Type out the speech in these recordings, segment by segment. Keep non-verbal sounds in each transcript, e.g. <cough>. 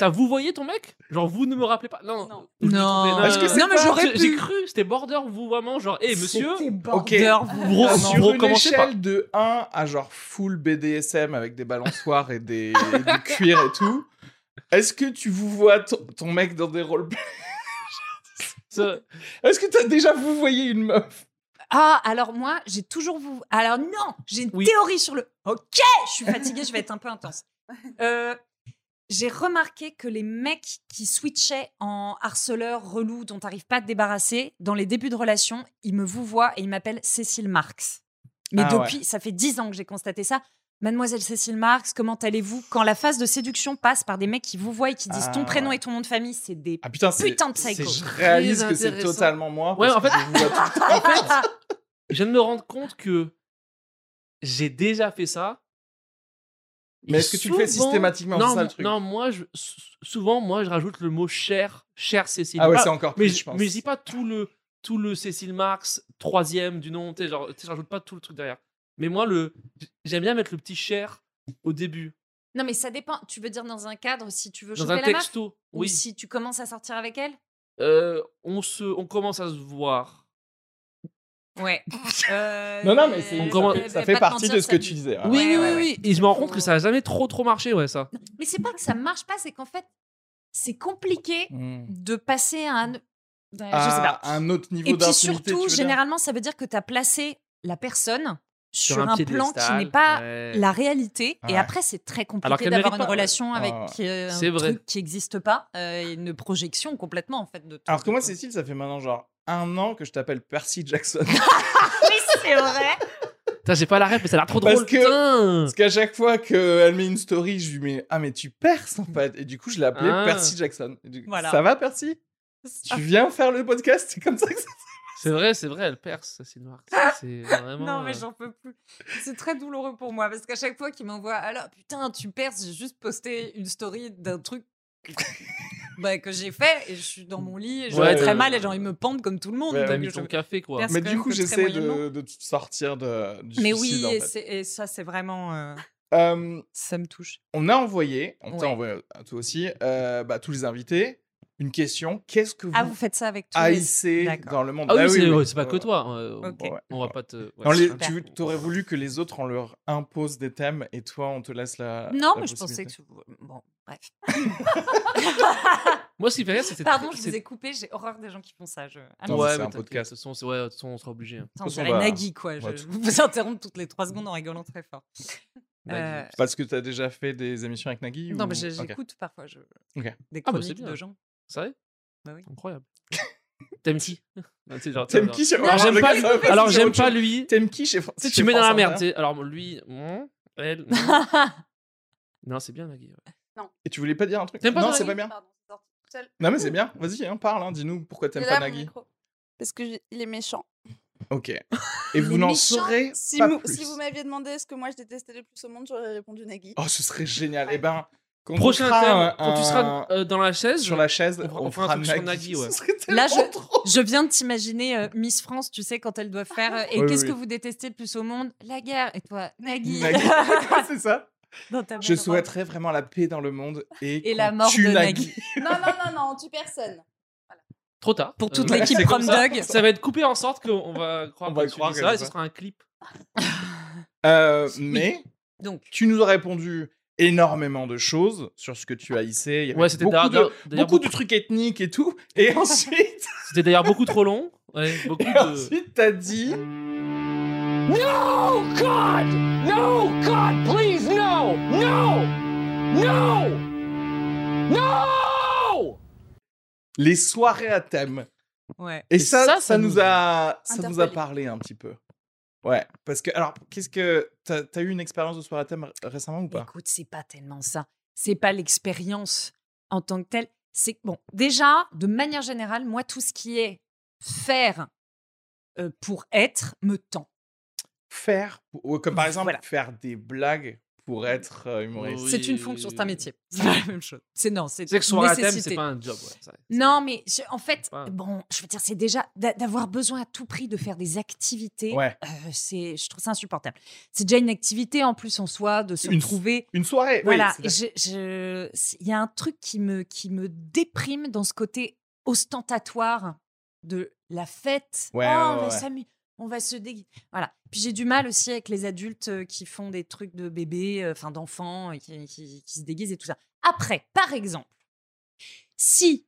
T'as vous voyez ton mec Genre vous ne me rappelez pas Non. Non. Je me suis Non. trompé. Est-ce que c'est Non, mais pas- j'aurais J'ai- J'ai pu. cru, c'était border vous vraiment, genre, hé monsieur, C'était border, gros, Ah, gros, sur une commencez pas. échelle de 1 à genre full BDSM avec des balançoires et des et du cuir et tout, est-ce que tu vous vois ton, ton mec dans des roleplays Ce- Est-ce que t'as déjà vous voyez une meuf Ah, alors moi, j'ai toujours vous. Alors non, j'ai une Oui. théorie sur le. Ok, je suis fatiguée, je vais être un peu intense. Euh, j'ai remarqué que les mecs qui switchaient en harceleurs relous dont t'arrives pas à te débarrasser, dans les débuts de relation, ils me vous voient et ils m'appellent Cécile Marx. Mais Ah ouais. depuis, ça fait dix ans que j'ai constaté ça. Mademoiselle Cécile Marx, comment allez-vous Quand la phase de séduction passe par des mecs qui vous voient et qui disent Ah ton prénom ouais. et ton nom de famille, c'est des. Ah putain, c'est Putain de psycho. c'est- Je réalise Très que c'est intéressant. totalement moi. Ouais, parce en que fait- je vous <laughs> vois tout- En fait, je viens de me rendre compte que j'ai déjà fait ça. Mais Et est-ce que tu le fais souvent- systématiquement Non, C'est ça le truc. non, moi, je, sou- souvent, moi, je rajoute le mot cher, cher Cécile. ah ouais, Pas- c'est encore mais plus, je je, pense. mais je dis pas tout le, tout le Cécile Marx, troisième du nom, tu sais, genre, tu sais, je rajoute pas tout le truc derrière. Mais moi, le, j'aime bien mettre le petit cher au début, <laughs> Non, mais ça dépend. Tu veux dire dans un cadre si tu veux dans choper un la meuf texto. Ou Oui. si tu commences à sortir avec elle Euh, on, se, on commence à se voir. Ouais. <laughs> Euh, Non, non, mais c'est- On ça commence- fait- euh, ça bah, fait pas partie mentir, de ce ça que dit. tu disais. Ah ouais. oui, oui, ouais, ouais. oui. Et je me rends compte que ça a jamais trop, trop marché, ouais, ça. Mais c'est pas que ça marche pas, c'est qu'en fait, c'est compliqué Hmm. de passer à un. d'un- je sais À pas. un autre Ah, niveau Et puis d'intimité. tu surtout, veux dire généralement, ça veut dire que tu as placé la personne sur, un, pied plan qui piédestal, n'est pas ouais. la réalité. Ouais. Et après, c'est très Alors compliqué qu'elle d'avoir mérite une pas, ouais. relation avec Ah. euh, un C'est vrai. truc qui n'existe pas. euh, et une projection complètement, en fait. De ton- Alors que moi, Cécile, ça fait maintenant genre un an que je t'appelle Percy Jackson. Oui, c'est vrai Putain, j'ai pas la ref, mais ça a l'air trop Parce drôle. que- putain. Parce qu'à chaque fois qu'elle met une story, je lui mets Ah, mais tu perces en fait. Et du coup, je l'ai appelé Ah. Percy Jackson. Et du- Voilà. Ah. Ça va, Percy Tu viens faire le podcast C'est comme ça que ça. C'est vrai, c'est vrai, elle perce, ça, c'est une marque. C'est vraiment. <laughs> Non, mais euh, j'en peux plus. C'est très douloureux pour moi parce qu'à chaque fois qu'il m'envoie Alors, putain, tu perds, j'ai juste posté une story d'un truc <laughs> bah, que j'ai fait et je suis dans mon lit et je Ouais, vais très ouais, mal ouais. et genre, ils me pendent comme tout le monde. Ouais, T'as ouais, donc mis je- ton café, quoi. Perce. Mais quand du même coup, que très j'essaie de, moyennement. de te sortir de, du Mais suicide, oui, en et, fait. c'est- et ça, c'est vraiment. euh, Euh, ça me touche. on a envoyé, on Ouais. t'a envoyé à toi aussi, euh, bah, tous les invités, une question. Qu'est-ce que vous Ah, vous faites ça avec tous les- haïssez D'accord. dans le monde Ah oui, Bah c'est oui. c'est pas que toi. euh, Ok. bon, On va pas te. ouais. Dans les- Super. tu aurais voulu que les autres, on leur impose des thèmes et toi, on te laisse la. Non, la mais je possibilité. pensais que. ce- Bon, bref. Moi, ce qui me fait rire, c'est que c'est Pardon, très- je c'est- vous ai coupé, j'ai horreur des gens qui font ça. Je... Ah, Attends, non, Attends, Ouais, c'est mais un t'inquiète, podcast. de toute façon, c'est- ouais, de toute façon, on sera obligé. hein. putain, on on dirait va- Nagui, quoi. on va Je, je tout- vous <laughs> interromps toutes les trois secondes en rigolant très fort. Bah, Euh, Nagui. Parce que tu as déjà fait des émissions avec Nagui Non, ou- mais j'ai- Ok. j'écoute parfois je... Ok. des Ah, bah, chroniques c'est bien. de gens. Sérieux Bah oui. <laughs> Incroyable. T'aimes qui <laughs> Non, tu sais, genre, T'aimes genre- qui chez Non, j'aime le pas gars, lui. ça va pas, <laughs> Alors, c'est j'aime autre pas chose. lui. Tu T'aimes qui chez Fran- sais, chez tu mets dans la France merde. Inter tu sais. Alors, lui. hmm, Elle. <laughs> hmm. Non, c'est bien, Nagui. ouais. Et tu voulais pas dire un truc T'aimes pas Non, Nagui c'est pas bien. Pardon, c'est sorti tout seul. Non, mais c'est bien. Vas-y, hein, parle. hein, Dis-nous pourquoi t'aimes Il est là, pas mon Nagui. micro. Parce qu'il est méchant. Ok. Et <laughs> vous n'en saurez Si, pas vous- plus. si vous m'aviez demandé ce que moi je détestais le plus au monde, j'aurais répondu Nagui. Oh, ce serait génial. Eh ben, quand Prochain on fera thème, un- quand tu un- seras euh, dans la chaise. sur la chaise, on fera- on fera fera un truc sur Nagui. Nagui, ouais. Ce serait Là, tellement <laughs> je- drôle. Je viens de t'imaginer euh, Miss France, tu sais, quand elle doit faire. euh, et Oui, qu'est-ce oui. que vous détestez le plus au monde La guerre. Et toi, Nagui. Ah, Nagui. <laughs> C'est ça <laughs> dans Je ta belle robe. souhaiterais vraiment la paix dans le monde et, Et la qu'on mort tue de Nagui. Nagui. <laughs> Non, non, non, non, on tue personne. Trop tard. Pour toute Euh, l'équipe c'est comme Prom ça. Dog. Ça va être coupé en sorte qu'on va croire On va que tu croire que dis ça c'est et ce ça. sera un clip. <laughs> Euh, Oui. mais Donc, tu nous as répondu énormément de choses sur ce que tu haïssais. Il y avait Ouais, c'était beaucoup, d'ailleurs- de, d'ailleurs- d'ailleurs beaucoup de trucs ethniques et tout. Et ensuite, C'était d'ailleurs beaucoup trop long. Ouais, <laughs> beaucoup et de. ensuite t'as dit. No, God! No, God, please, no! No! No! No! les soirées à thème. ouais. Et, Et ça, ça, ça, ça nous nous a, ça nous a interpellés. parlé un petit peu. Ouais, parce que alors, qu'est-ce que t'as as eu une expérience de soirée à thème r- récemment ou pas Écoute, c'est pas tellement ça. C'est pas l'expérience en tant que telle. C'est bon, déjà, de manière générale, moi, tout ce qui est faire euh, pour être me tend. Faire, pour- ou comme par exemple Voilà. faire des blagues pour être euh, humoriste. Oui. C'est une fonction, c'est un métier. <laughs> C'est pas la même chose. C'est non, c'est C'est que soirée à thème, c'est nécessité. pas un job. ouais, ça- Non, mais je- en fait, pas- bon, je veux dire, c'est déjà d'a- d'avoir besoin à tout prix de faire des activités. Ouais, euh, c'est, je trouve ça insupportable. C'est déjà une activité en plus en soi de se Une- retrouver. une soirée. oui, Voilà, c'est- je- je- c'est- il y a un truc qui me, qui me déprime dans ce côté ostentatoire de la fête. Ouais, Oh, ouais, on va ouais. s'amuser, on va se déguiser. Voilà. Puis j'ai du mal aussi avec les adultes euh, qui font des trucs de bébés, euh, enfin d'enfants, et qui, qui- qui se déguisent et tout ça. Après, par exemple, si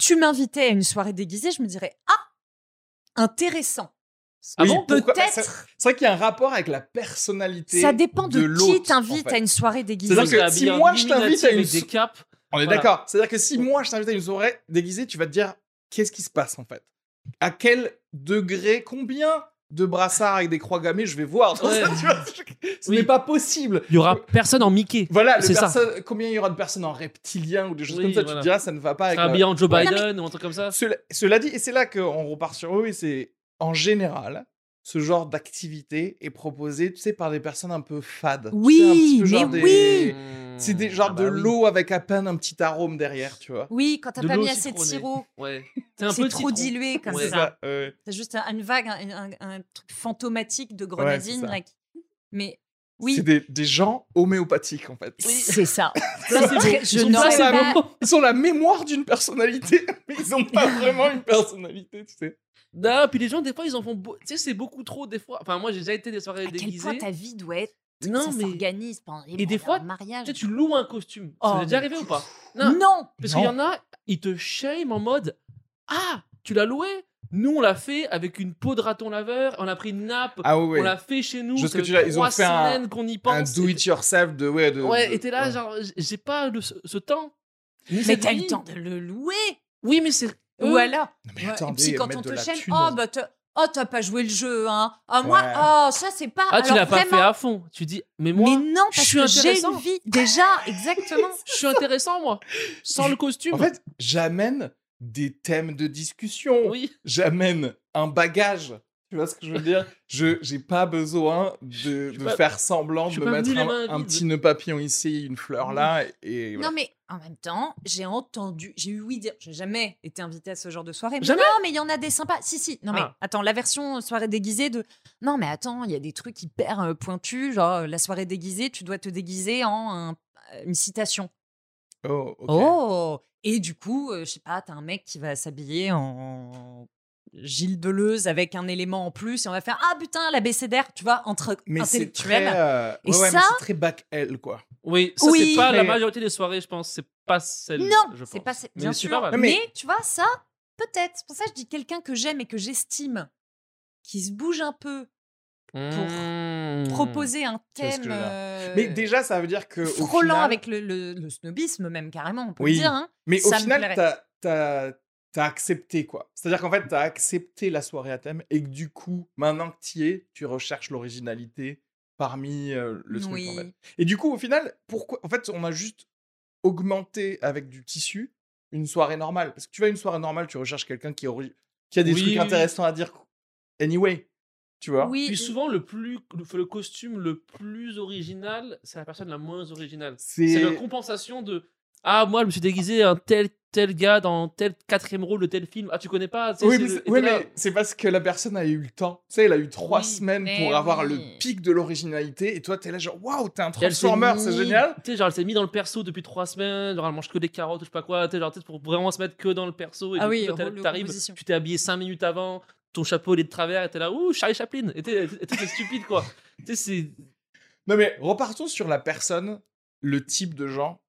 tu m'invitais à une soirée déguisée, je me dirais Ah, intéressant. Ah Oui, bon pourquoi- bah, ça- Peut-être. C'est vrai qu'il y a un rapport avec la personnalité. Ça dépend de, de qui l'autre, t'invite en fait. à une soirée déguisée. C'est-à-dire que Vous si habillez un moi, je t'invite Illuminati à une avec des sou- capes, On est Voilà. d'accord. C'est-à-dire que si moi je t'invite à une soirée déguisée, tu vas te dire qu'est-ce qui se passe en fait À quel degré, combien de brassards avec des croix gammées je vais voir <laughs> dans Ouais. ça, tu vois Ce Oui. n'est pas possible. il y aura personne en Mickey. Voilà, le C'est ça. perso- combien il y aura de personnes en reptilien ou des choses Oui, comme ça, tu voilà. te diras ça ne va pas avec. Sera la- habillé en Joe Ouais, non, Biden ou un truc comme ça. Cela, cela dit, et c'est là qu'on repart sur eux, et c'est en général, ce genre d'activité est proposé, tu sais, par des personnes un peu fades. Tu sais, Oui, un petit peu mais genre des- oui. C'est des genres Ah bah de oui. l'eau avec à peine un petit arôme derrière, tu vois. Oui, quand t'as De pas l'eau mis assez de citronnée. sirop, Ouais. c'est trop dilué comme Ouais. ça. ouais. C'est juste un- une vague, un, un- un truc fantomatique de grenadine. ça. là, qui- Mais oui, C'est des, des gens homéopathiques en fait. <laughs> c'est ça. <laughs> Ça, c'est Très- beau. je Ils sont n'aurais tous à la pas- même- Ils ont la mémoire d'une personnalité, <laughs> mais ils ont <laughs> pas vraiment une personnalité, tu sais. Non, puis les gens, des fois, ils en font. beau- Tu sais, c'est beaucoup trop, des fois. Enfin, moi, j'ai déjà été des soirées À quel point déguisées. ta vie doit être. Non, ça mais. Tu s'organise pendant les Et des fois, mariage. sais, tu loues un costume. Oh, ça t'est déjà mais- arrivé ou pas Non, Non, Parce qu'il y en a, ils te shame en mode Ah, tu l'as loué Nous, on l'a fait avec une peau de raton laveur, on a pris une nappe, Ah ouais, on ouais. l'a fait chez nous. Juste ça que fait tu l'as- ils ont trois fait un- semaines qu'on y pense. Un do it yourself de ouais de. Ouais, de- et t'es là, ouais. genre, j'ai pas le- ce, ce temps. Ni mais cette t'as eu vie. le temps de le louer. Oui, mais c'est. Ou eux. alors. Non, mais Ouais, attendez, et puis quand mettre on de te la chaîne, thune oh dans- bah t'as oh, t'as pas joué le jeu, hein. Ah, moi, Ouais. oh, ça c'est pas. Ah, tu alors l'as pas fait vraiment- à fond. Tu dis, mais moi, Mais non, je parce suis que j'ai intéressant. une vie. Déjà, exactement. <laughs> je suis intéressant, moi. Sans le costume. En fait, j'amène des thèmes de discussion. oui. J'amène un bagage. Tu vois ce que je veux <laughs> dire Je j'ai pas besoin de, suis de pas- faire semblant de je suis me pas mettre venu les un, mains un vides. petit nœud papillon ici, une fleur là, et, et voilà. Non, mais en même temps, j'ai entendu, j'ai eu oui dire. J'ai jamais été invitée à ce genre de soirée. Mais Jamais non, mais il y en a des sympas. Si, si. Non, mais Ah. attends, la version euh, soirée déguisée de. Non, mais attends, il y a des trucs hyper euh, pointus. Genre, euh, la soirée déguisée, tu dois te déguiser en un- euh, une citation. Oh, ok. Oh Et du coup, euh, je sais pas, t'as un mec qui va s'habiller en. Gilles Deleuze avec un élément en plus et on va faire ah putain l'abécédaire tu vois entre Mais c'est intellectuels très, euh, Et ouais, ouais, mais ça- c'est très back L quoi. Oui, ça, Oui. c'est pas la Mais- majorité des soirées, je pense. C'est pas celle. non je c'est pense. pas c'est- Mais bien c'est sûr pas mal. mais... Mais- tu vois ça peut-être c'est pour ça que je dis quelqu'un que j'aime et que j'estime qui se bouge un peu Mmh. proposer un Tu vois ce que thème je veux dire. euh, Mais déjà, ça veut dire que. au frôlant final- avec le, le- le snobisme même carrément on peut Oui. le dire hein. Mais au ça me final, plairait. t'as- t'as t'as accepté quoi. C'est-à-dire qu'en fait, t'as accepté la soirée à thème et que du coup, maintenant que t'y es, tu recherches l'originalité parmi euh, le truc en oui fait. Et du coup, au final, pourquoi En fait, on a juste augmenté avec du tissu une soirée normale. Parce que tu vas à une soirée normale, tu recherches quelqu'un qui, est ori- qui a des Oui, trucs oui, oui. intéressants à dire. Anyway, tu vois. oui Puis souvent, le, plus, le, le costume le plus original, c'est la personne la moins originale. C'est la compensation de Ah, moi, je me suis déguisé en tel tel gars dans tel quatrième rôle de tel film. Ah, tu connais pas tu sais, Oui, c'est mais le- c'est- et oui, t'es là, mais c'est parce que la personne a eu le temps. Tu sais, elle a eu trois Oui, semaines mais pour avoir oui. le pic de l'originalité. Et toi, t'es là genre, waouh, t'es un et elle s'est Transformer, c'est mis- génial. Tu sais, genre, elle s'est mise dans le perso depuis trois semaines. Genre, elle mange que des carottes ou je sais pas quoi. Tu sais, genre, tu sais, pour vraiment se mettre que dans le perso. Et Ah du oui, coup, toi, rôle de t'as- t'arrives, composition. tu t'es habillé cinq minutes avant. Ton chapeau, il est de travers. Et t'es là, ouh, Charlie Chaplin. Et t'es t'es- t'es stupide, quoi. Tu sais, c'est. Non, mais repartons sur la personne, le type de gens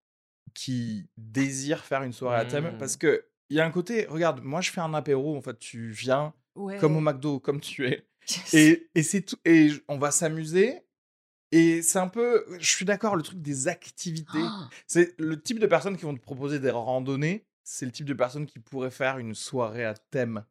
qui désirent faire une soirée à thème. Mm. Parce que il y a un côté, regarde, moi, je fais un apéro. En fait, tu viens euh, Ouais. comme <laughs> au McDo, comme tu <laughs> es. Et, et c'est tout. Et j- on va s'amuser. Et c'est un peu, je suis d'accord, le truc des activités. Oh C'est le type de personnes qui vont te proposer des randonnées. C'est le type de personnes qui pourraient faire une soirée à thème.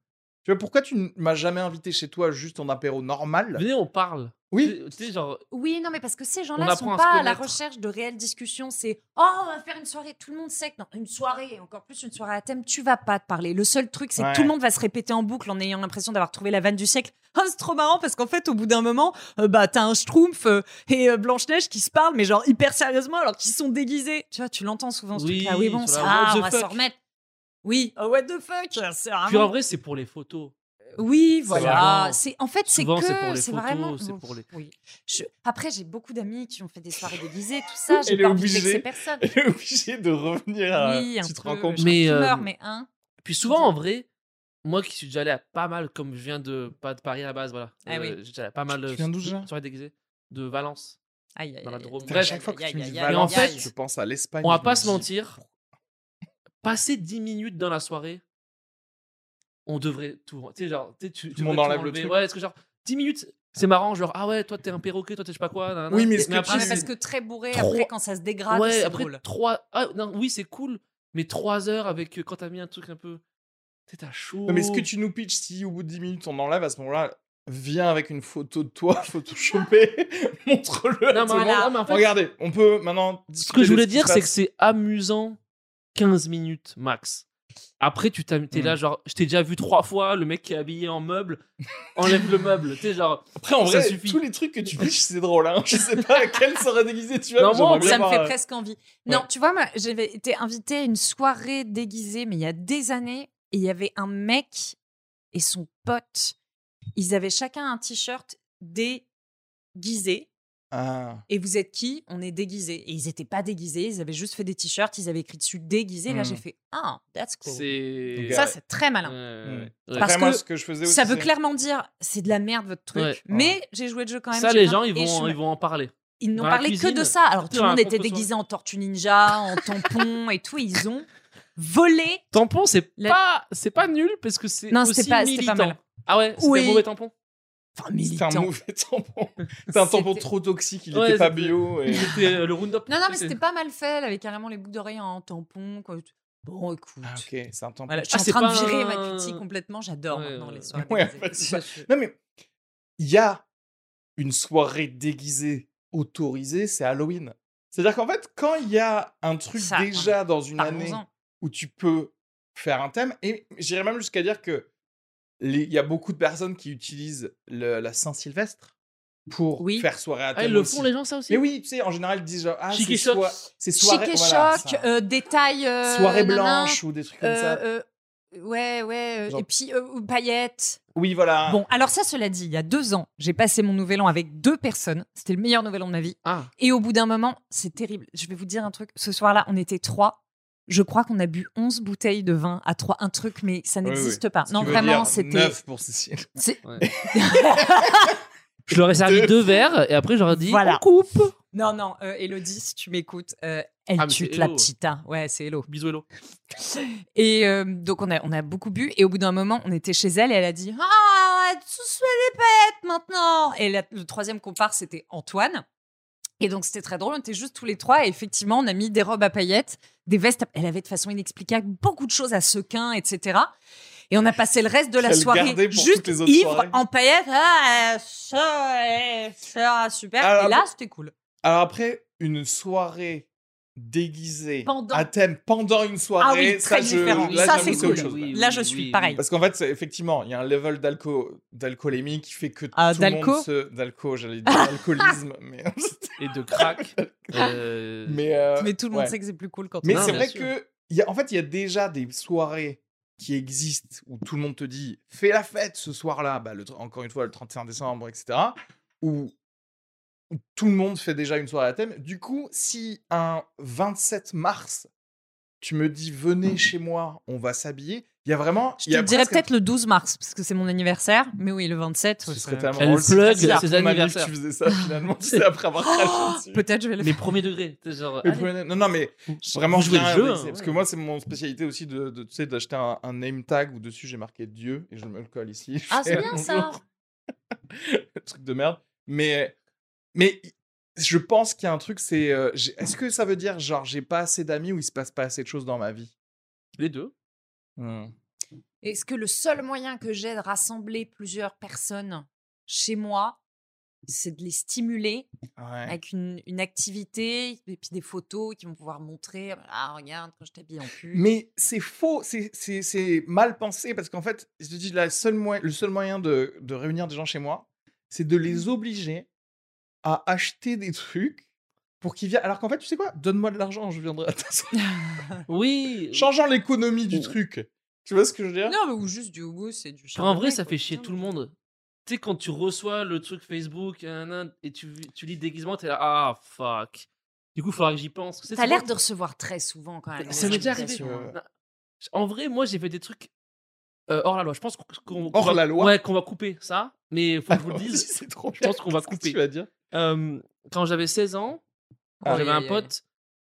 Tu vois, pourquoi tu ne m'as jamais invité chez toi juste en apéro normal Venez, on parle. Oui, Tu sais, genre, Oui, non, mais parce que ces On gens-là apprend sont à se pas à la connaître. recherche de réelles discussions. C'est oh, on va faire une soirée, tout le monde sait que non, une soirée, et encore plus une soirée à thème, tu vas pas te parler. Le seul truc, c'est Ouais. que tout le monde va se répéter en boucle en ayant l'impression d'avoir trouvé la vanne du siècle. Oh, c'est trop marrant parce qu'en fait, au bout d'un moment, euh, bah t'as un schtroumpf euh, et euh, Blanche-Neige qui se parlent, mais genre hyper sérieusement alors qu'ils sont déguisés. Tu vois, tu l'entends souvent ce Oui, truc-là. Oui, bon, sur ça la va, what the on va fuck. Ah, s'en remettre. Oui, oh, what the fuck, c'est Puis en vraiment... vrai, c'est pour les photos. Oui, vraiment- voilà. Ah, C'est en fait c'est souvent, que c'est pour les photos, vraiment. c'est pour les- Oui. Je- Après, j'ai beaucoup d'amis qui ont fait des soirées déguisées, tout ça. J'ai Elle est pas envie de obligée. <laughs> vexer personne. elle est obligée de revenir à. Oui, un tu te peu, rends compte je Mais, suis en euh, tumeur, mais hein. un. Puis souvent, en vrai, moi qui suis déjà allé à pas mal, comme je viens de, pas de Paris à la base, voilà. Ah oui. J'ai déjà allé à pas mal euh, de Tu viens d'où déjà soirées déguisées, de Valence. Aïe, aïe, dans la aïe, Drôme. aïe, Putain, à Bref, chaque fois que aïe, tu me aïe, dis bah, aïe, aïe, Valence, Mais en fait, je pense à l'Espagne. On va je pas me se dis- mentir, passer 10 minutes dans la soirée, on devrait tout. Tu sais, genre, tu sais, tu- tu le monde devrais enlève le enlever. truc. Ouais, parce que genre, 10 minutes, c'est marrant, genre, ah ouais, toi t'es un perroquet, toi t'es je sais pas quoi. nanana. Oui, mais ce que tu- Ah, mais c'est- parce que très bourré Trop. après quand ça se dégrade, ouais, c'est après drôle. 3. Ah, non, oui, c'est cool, mais 3 heures avec euh, quand t'as mis un truc un peu. Tu sais, t'as chaud. Non, mais ce que tu nous pitches, si au bout de 10 minutes on enlève, à ce moment-là, viens avec une photo de toi <laughs> photoshopée, <laughs> montre-le. à Non, mais, tout le en- monde. non, mais en fait, Regardez, on peut maintenant. ce que je voulais dire, c'est que c'est amusant 15 minutes max. Après, tu t'am- t'es Mm. là, genre, je t'ai déjà vu trois fois, le mec qui est habillé en meuble, enlève le meuble. Tu sais, genre, Après, en ça vrai, suffit. tous les trucs que tu <laughs> pitches, c'est drôle. Hein. Je sais pas <laughs> à quel sera déguisé tu vas. Non, mais moi, j'aimerais bien Ça me voir, fait euh, presque envie. Non, tu vois, moi, j'avais été invitée à une soirée déguisée, mais il y a des années, et il y avait un mec et son pote. Ils avaient chacun un t-shirt déguisé. Ah. Et vous êtes qui On est déguisés. Et ils n'étaient pas déguisés, ils avaient juste fait des t-shirts, ils avaient écrit dessus déguisé. Là, Hmm. j'ai fait Ah, that's cool. Mmh. c'est. euh, Mmh. Ça, c'est très malin. Hmm. Ouais, ouais. Parce Après, moi, que ce que je faisais aussi. Ça veut c'est- clairement dire c'est de la merde votre truc, Ouais. mais j'ai joué le jeu quand même. Ça, j'ai les bien- gens, ils et je vont, suis- ils vont en parler. ils n'ont dans la parlé que cuisine, de ça. Alors tu as tout le un monde concours était de déguisé en tortue <laughs> ninja, en tampon et tout. Ils ont volé. Tampon, c'est La- pas, c'est pas nul parce que c'est Non, aussi c'était pas- c'était militant. pas mal. Ah ouais, c'était Oui. un mauvais tampon. Enfin, C'était un militant. mauvais <laughs> tampon. C'était un tampon C'était- trop toxique, il Ouais, était pas c'était- bio. <laughs> Et... C'était euh, le roundup. Non, non, mais c'était pas mal fait. Elle avait carrément les boucles d'oreilles en tampon. quoi. Bon, écoute. Ah, ok, c'est un tampon. Voilà, je Ah, suis c'est en train de pas virer un- ma cutie complètement. J'adore Ouais, maintenant ouais. les soirées. Ouais, déguisées. en fait, c'est ça. Non, mais il y a une soirée déguisée autorisée, c'est Halloween. C'est-à-dire qu'en fait, quand il y a un truc Ça, déjà dans une année Bah, Parlons-en. où tu peux faire un thème, et j'irais même jusqu'à dire que les- il y a beaucoup de personnes qui utilisent le- la Saint-Sylvestre pour Oui. faire soirée à Ah, thème. ils le aussi. font, les gens, ça aussi. Mais oui, tu sais, en général, ils disent genre, ah, Chic c'est et choc. soi- c'est soirée, Chic et voilà, choc, ça. euh, détail. euh, soirée nanan, blanche ou des trucs comme ça. euh, euh, ouais, ouais. euh, Genre- Ah. Et puis, euh, ou paillettes. Oui, voilà. Bon, alors ça, cela dit, il y a deux ans, j'ai passé mon nouvel an avec deux personnes. C'était le meilleur nouvel an de ma vie. Ah, Et au bout d'un moment, c'est terrible. Je vais vous dire un truc. Ce soir-là, on était trois. Je crois qu'on a bu 11 bouteilles de vin à trois. Un truc, mais ça Oui, n'existe oui. pas. Ce qui non, veut vraiment, dire c'était. neuf pour Cécile. c'est- je leur ai servi Deux. deux verres et après j'aurais dit Voilà. on coupe. Non, non, euh, Elodie, si tu m'écoutes, euh, elle Ah, mais tue c'est la Hello. petite. hein. Ouais, c'est Hello. Bisous, hello. Et euh, donc, on a, on a beaucoup bu. Et au bout d'un moment, on était chez elle et elle a dit Ah, on va tous les paillettes maintenant Et la- le troisième compare, c'était Antoine. Et donc, c'était très drôle. On était juste tous les trois. Et effectivement, on a mis des robes à paillettes, des vestes. à- Elle avait de façon inexplicable beaucoup de choses à sequins, etc. Et on a passé le reste de la Elle soirée gardait pour toutes juste les autres ivre soirées. en paillettes. Ah, ça, eh, ça, super. Alors, et là, c'était cool. <laughs> Alors après, une soirée déguisée Pendant. à thème pendant une soirée, Ah oui, ça, très je- différent. là, Ça, j'avoue, c'est c'est cool. autre chose. Oui, Là, je suis pareil. Parce qu'en fait, c'est- effectivement, il y a un level d'alco- d'alcoolémie qui fait que Ah, tout le d'alco monde se... D'alco, j'allais dire d'alcoolisme, <laughs> mais... euh, Et de crack. euh, mais, euh, Mais tout le ouais. monde sait que c'est plus cool quand Mais on Non, c'est bien vrai sûr. que il y a- en fait, il y a déjà des soirées qui existent où tout le monde te dit fais la fête ce soir-là, bah, le tr- encore une fois, le 31 décembre, etc. Où, où tout le monde fait déjà une soirée à thème. Du coup, si un 27 mars, tu me dis venez chez moi, on va s'habiller, il y a vraiment. Je il y te a dirais presque- peut-être le 12 mars, parce que c'est mon anniversaire. Mais oui, le 27. Ce ça- serait tellement Elle drôle si- plug si la ses Manu, anniversaires. Tu faisais ça finalement, <laughs> tu sais, après <laughs> avoir craché dessus. Ah, Peut-être je vais le Mais premier degré. t'es genre, Le allez, premier- Non, non, mais vous- vraiment, vous jouez je le tiens à jeu. préciser, hein, Parce ouais. que moi, c'est mon spécialité aussi de, de, tu sais, d'acheter un, un name tag où dessus j'ai marqué Dieu et je me le colle ici. <laughs> Je Ah, c'est fais, bien Bonjour. ça. truc de merde. Mais, mais je pense qu'il y a un truc, c'est. euh, j'ai- Est-ce que ça veut dire, genre, j'ai pas assez d'amis ou il se passe pas assez de choses dans ma vie les deux. Hmm. Est-ce que le seul moyen que j'ai de rassembler plusieurs personnes chez moi, c'est de les stimuler Ouais. avec une, une activité et puis des photos qui vont pouvoir montrer Ah, regarde, quand je t'habille en pull. Mais c'est faux, c'est- c'est c'est mal pensé parce qu'en fait, je te dis, la seule moyen, le seul moyen de, de réunir des gens chez moi, c'est de Mmh. les obliger à acheter des trucs pour qu'ils viennent. Alors qu'en fait, tu sais quoi Donne-moi de l'argent, je <laughs> viendrai <laughs> à ta soirée. Oui. Changeons l'économie Mmh. du truc. Tu vois ce que je veux dire Non, mais ou juste du Hugo, c'est du Enfin, en vrai, chardonnay, ça quoi. fait chier Putain, tout le monde. Tu sais, quand tu reçois le truc Facebook euh, nan, et tu, tu lis déguisement, t'es là, ah fuck. Du coup, il faudra que j'y pense. Tu sais, T'as c'est l'air bon. de recevoir très souvent quand même. Ça les m'est déjà arrivé. invitations, hein. Non. En vrai, moi, j'ai fait des trucs euh, hors la loi. Je pense qu'on qu'on- qu'on Hors va- la loi Ah, Ouais, qu'on va couper ça. Mais faut que je vous le Vas-y, dise. c'est trop Je pense qu'on va <laughs> Qu'est-ce que couper. Tu vas dire Euh, quand j'avais 16 ans, Ah. quand j'avais Aïe, un aïe, aïe. pote,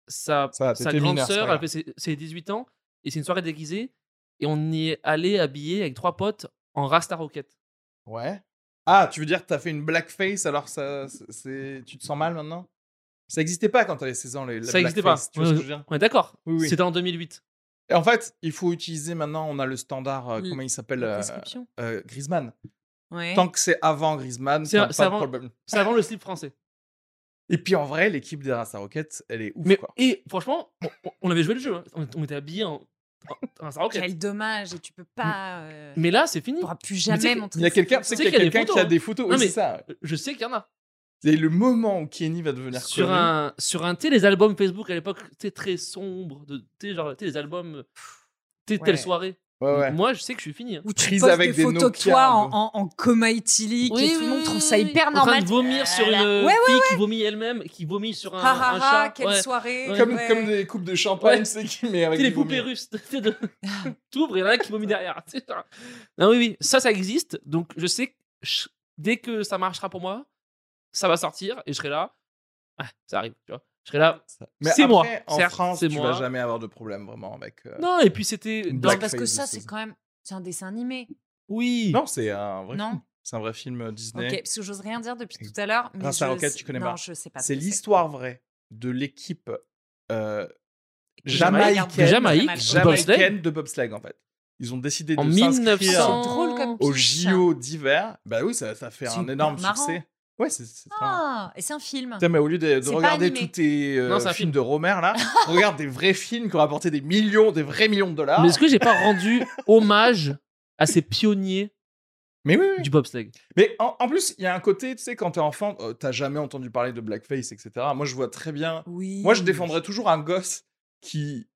sa, Ça va, sa t'étais grande mineur, c'est sœur, pas elle fait ses, ses 18 ans, et c'est une soirée déguisée, et on y est allé habillé avec trois potes en Rasta Rocket. Ouais. Ah, tu veux dire que t'as fait une blackface alors ça, c'est, tu te sens mal maintenant Ça n'existait pas quand t'avais 16 ans, les, la Ça n'existait pas. blackface, Tu vois ce que je veux dire On est d'accord Oui, oui. C'était en 2008. Et en fait, il faut utiliser maintenant, on a le standard, euh, Le- comment il s'appelle La euh, prescription. euh, Griezmann. Ouais. Tant que c'est avant Griezmann, C'est- t'as c'est pas avant- de problème. C'est avant le slip français. Et puis en vrai, l'équipe des Rasta Rockets, elle est ouf. Mais, quoi. et franchement, on, on avait joué le jeu. hein. On, on était habillés en, en, en Rasta Rocket. Quel dommage, et tu peux pas. euh, Mais là, c'est fini. Tu pourras plus tu sais jamais que- montrer. Il y a ces quelqu'un, photos. c'est Tu qu'il sais y a qu'il y a des quelqu'un qui photos, a hein. des photos. Non, oui, mais- c'est ça. Je sais qu'il y en a. C'est le moment où Kenny va devenir Sur connu. un, sur un, tu sais, les albums Facebook à l'époque, tu sais, très sombre. de- Tu sais, genre, tu sais, les albums, tu sais, Ouais. telle soirée. Ouais, ouais. Moi, je sais que je suis fini. hein. Où tu Prise poses avec des des photos de Nokia, toi un en, peu. en, en coma éthylique et tout le monde trouve ça hyper En train normal. de vomir sur une euh, Voilà. fille Ouais, qui vomit elle-même, qui vomit sur un, Ha ha un ha, chat. quelle ouais. soirée. Ouais. Comme, ouais. comme des coupes de champagne, Ouais. c'est qui, mais Tu avec sais, les du vomi. poupées russes. <laughs> tu sais, de- T'ouvres et il y en a un qui vomit derrière. tu sais, genre. Non, oui, oui, ça, ça existe. Donc, je sais que je- dès que ça marchera pour moi, ça va sortir et je serai là. Ah, ça arrive, tu vois. Je serai là. Mais C'est après, moi, En certes, France, c'est tu moi. vas jamais avoir de problème vraiment avec. euh, Non, et puis c'était. Une dans- Non, blague. parce que blackface, ça, c'est c'est ça. quand même. C'est un dessin animé. Oui. Non, c'est un vrai. Non. film. C'est un vrai film euh, Disney. Ok, parce que j'ose rien dire depuis tout à l'heure. mais Rasta je- Rocket, tu connais non, pas. je sais pas. ce C'est que l'histoire vraie de l'équipe euh, Jamaïque. jamaïcaine, Jamaïque, de jamaïcaine de bobsleigh en fait. Ils ont décidé de En Ah, s'inscrire 1900. C'est drôle comme au pitch. JO d'hiver. Bah oui, ça, ça fait C'est un énorme marrant. succès. Ouais, c'est c'est très marrant. Ah, et c'est un film. Putain, mais au lieu de, de C'est pas regarder animé. tous tes euh, Non, c'est un films film. de Romer <laughs> là, regarde des vrais films qui ont apporté des millions, des vrais millions de dollars. Mais est-ce que j'ai pas <laughs> rendu hommage à ces pionniers Mais oui, oui. du bobsleigh Mais en, en plus, il y a un côté, tu sais, quand t'es enfant, euh, t'as jamais entendu parler de blackface, etc. Moi, je vois très bien Oui. Moi, je défendrais toujours un gosse qui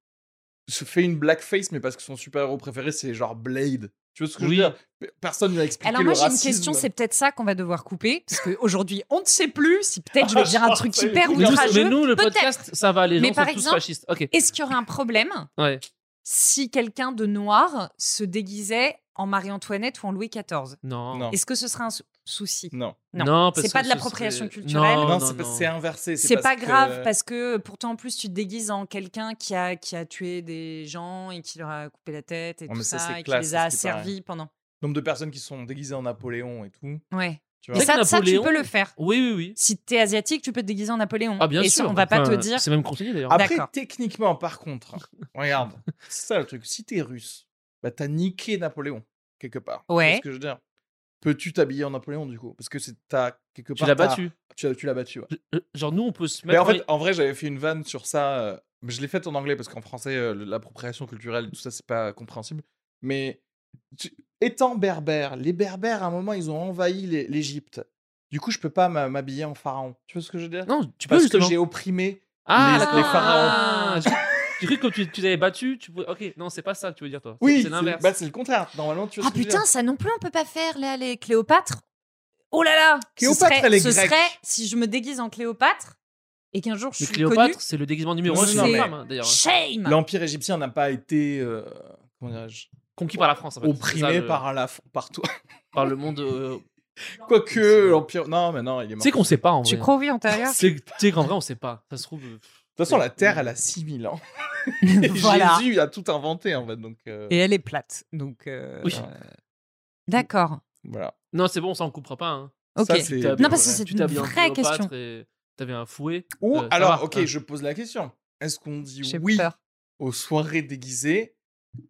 se fait une blackface, mais parce que son super-héros préféré, c'est genre Blade. Tu vois ce que Oui. je veux dire Pe- Personne ne lui a expliqué Alors le moi j'ai une racisme. question, c'est peut-être ça qu'on va devoir couper, parce qu'aujourd'hui on ne sait plus si peut-être je vais dire un Ah, truc ça y est, hyper mais Nous- Mais outrageux. nous, le Peut-être. podcast, ça va, les Mais gens par sont tous exemple- fascistes. Ok. Est-ce qu'il y aurait un problème Ouais. si quelqu'un de noir se déguisait en Marie-Antoinette ou en Louis XIV Non. Non. Est-ce que ce serait un sou- souci Non, Non. parce C'est pas que de ce l'appropriation serait- culturelle. Non, non, Oh non, c'est pas- non. c'est inversé. C'est pas parce que- grave parce que euh, pourtant en plus tu te déguises en quelqu'un qui a, qui a tué des gens et qui leur a coupé la tête et Oh, tout mais ça, ça, c'est et qui classe, les a ce qui paraît. asservis pendant. Nombre de personnes qui sont déguisées en Napoléon et tout. Ouais. Tu Et vois Mais- ça, ça, tu Napoléon- peux le faire. Oui, oui, oui. Si t'es asiatique, tu peux te déguiser en Napoléon. Ah, bien et ça, sûr. on va pas Enfin, te dire. C'est même conseillé d'ailleurs. Après, D'accord. techniquement, par <laughs> contre, regarde, c'est ça le truc. Si t'es russe, bah t'as niqué Napoléon, quelque part. Tu vois Ouais. ce que je veux dire Peux-tu t'habiller en Napoléon, du coup Parce que c'est t'as quelque part. Tu l'as t'as- battu. Tu l'as- tu l'as battu, ouais. Euh, Genre, nous, on peut se bah, Mais en mettre. fait, en vrai, j'avais fait une vanne sur ça. euh, mais je l'ai faite en anglais parce qu'en français, euh, le- l'appropriation culturelle, tout ça, c'est pas compréhensible. Mais tu- étant berbère, les berbères, à un moment, ils ont envahi l'E- l'Égypte. Du coup, je peux pas m'a- m'habiller en pharaon. Tu vois ce que je veux dire Non, tu peux Parce que justement. j'ai opprimé. Ah, les- d'accord. les pharaons. Ah, je- J'ai cru que tu, tu t'avais battu, tu pouvais- Ok, non, c'est pas ça que tu veux dire, toi. C'est- Oui, c'est l'inverse. bah, c'est le contraire. Normalement, tu vois Ah ce que je veux putain, dire. ça non plus, on peut pas faire là les Cléopâtre. Oh là là, Cléopâtre, ce serait, elle est ce grecque. serait si je me déguise en Cléopâtre et qu'un jour je Mais suis Cléopâtre, c'est le déguisement numéro un Non, chez les mais- femmes, hein, d'ailleurs. connue, shame. L'Empire égyptien n'a pas été euh, comment dirais-je, Conquis par la France, en fait. C'est ça, opprimé le- par, la, par <laughs> toi. par le monde. euh, Quoique, l'Empire. Non, mais non, il est Tu mort. sais qu'on sait pas, en Tu vrai. crois oui antérieur <laughs> C'est- Tu sais qu'en vrai, on sait pas. Ça se trouve. euh, De toute façon, la Terre, elle a 6000 <laughs> ans. Et <laughs> Voilà. Jésus a tout inventé, en fait. Donc, euh, Et elle est plate, donc. euh, Oui. D'accord. voilà. Non, c'est bon, ça en coupera pas. hein. Ok. Ça, c'est- Non, non parce que c'est Tu une t'habilles en vraie Cléopâtre question. et T'avais un fouet. Ou, Euh, ça alors, va, ok, hein. je pose la question. Est-ce qu'on dit J'ai oui peur. aux soirées déguisées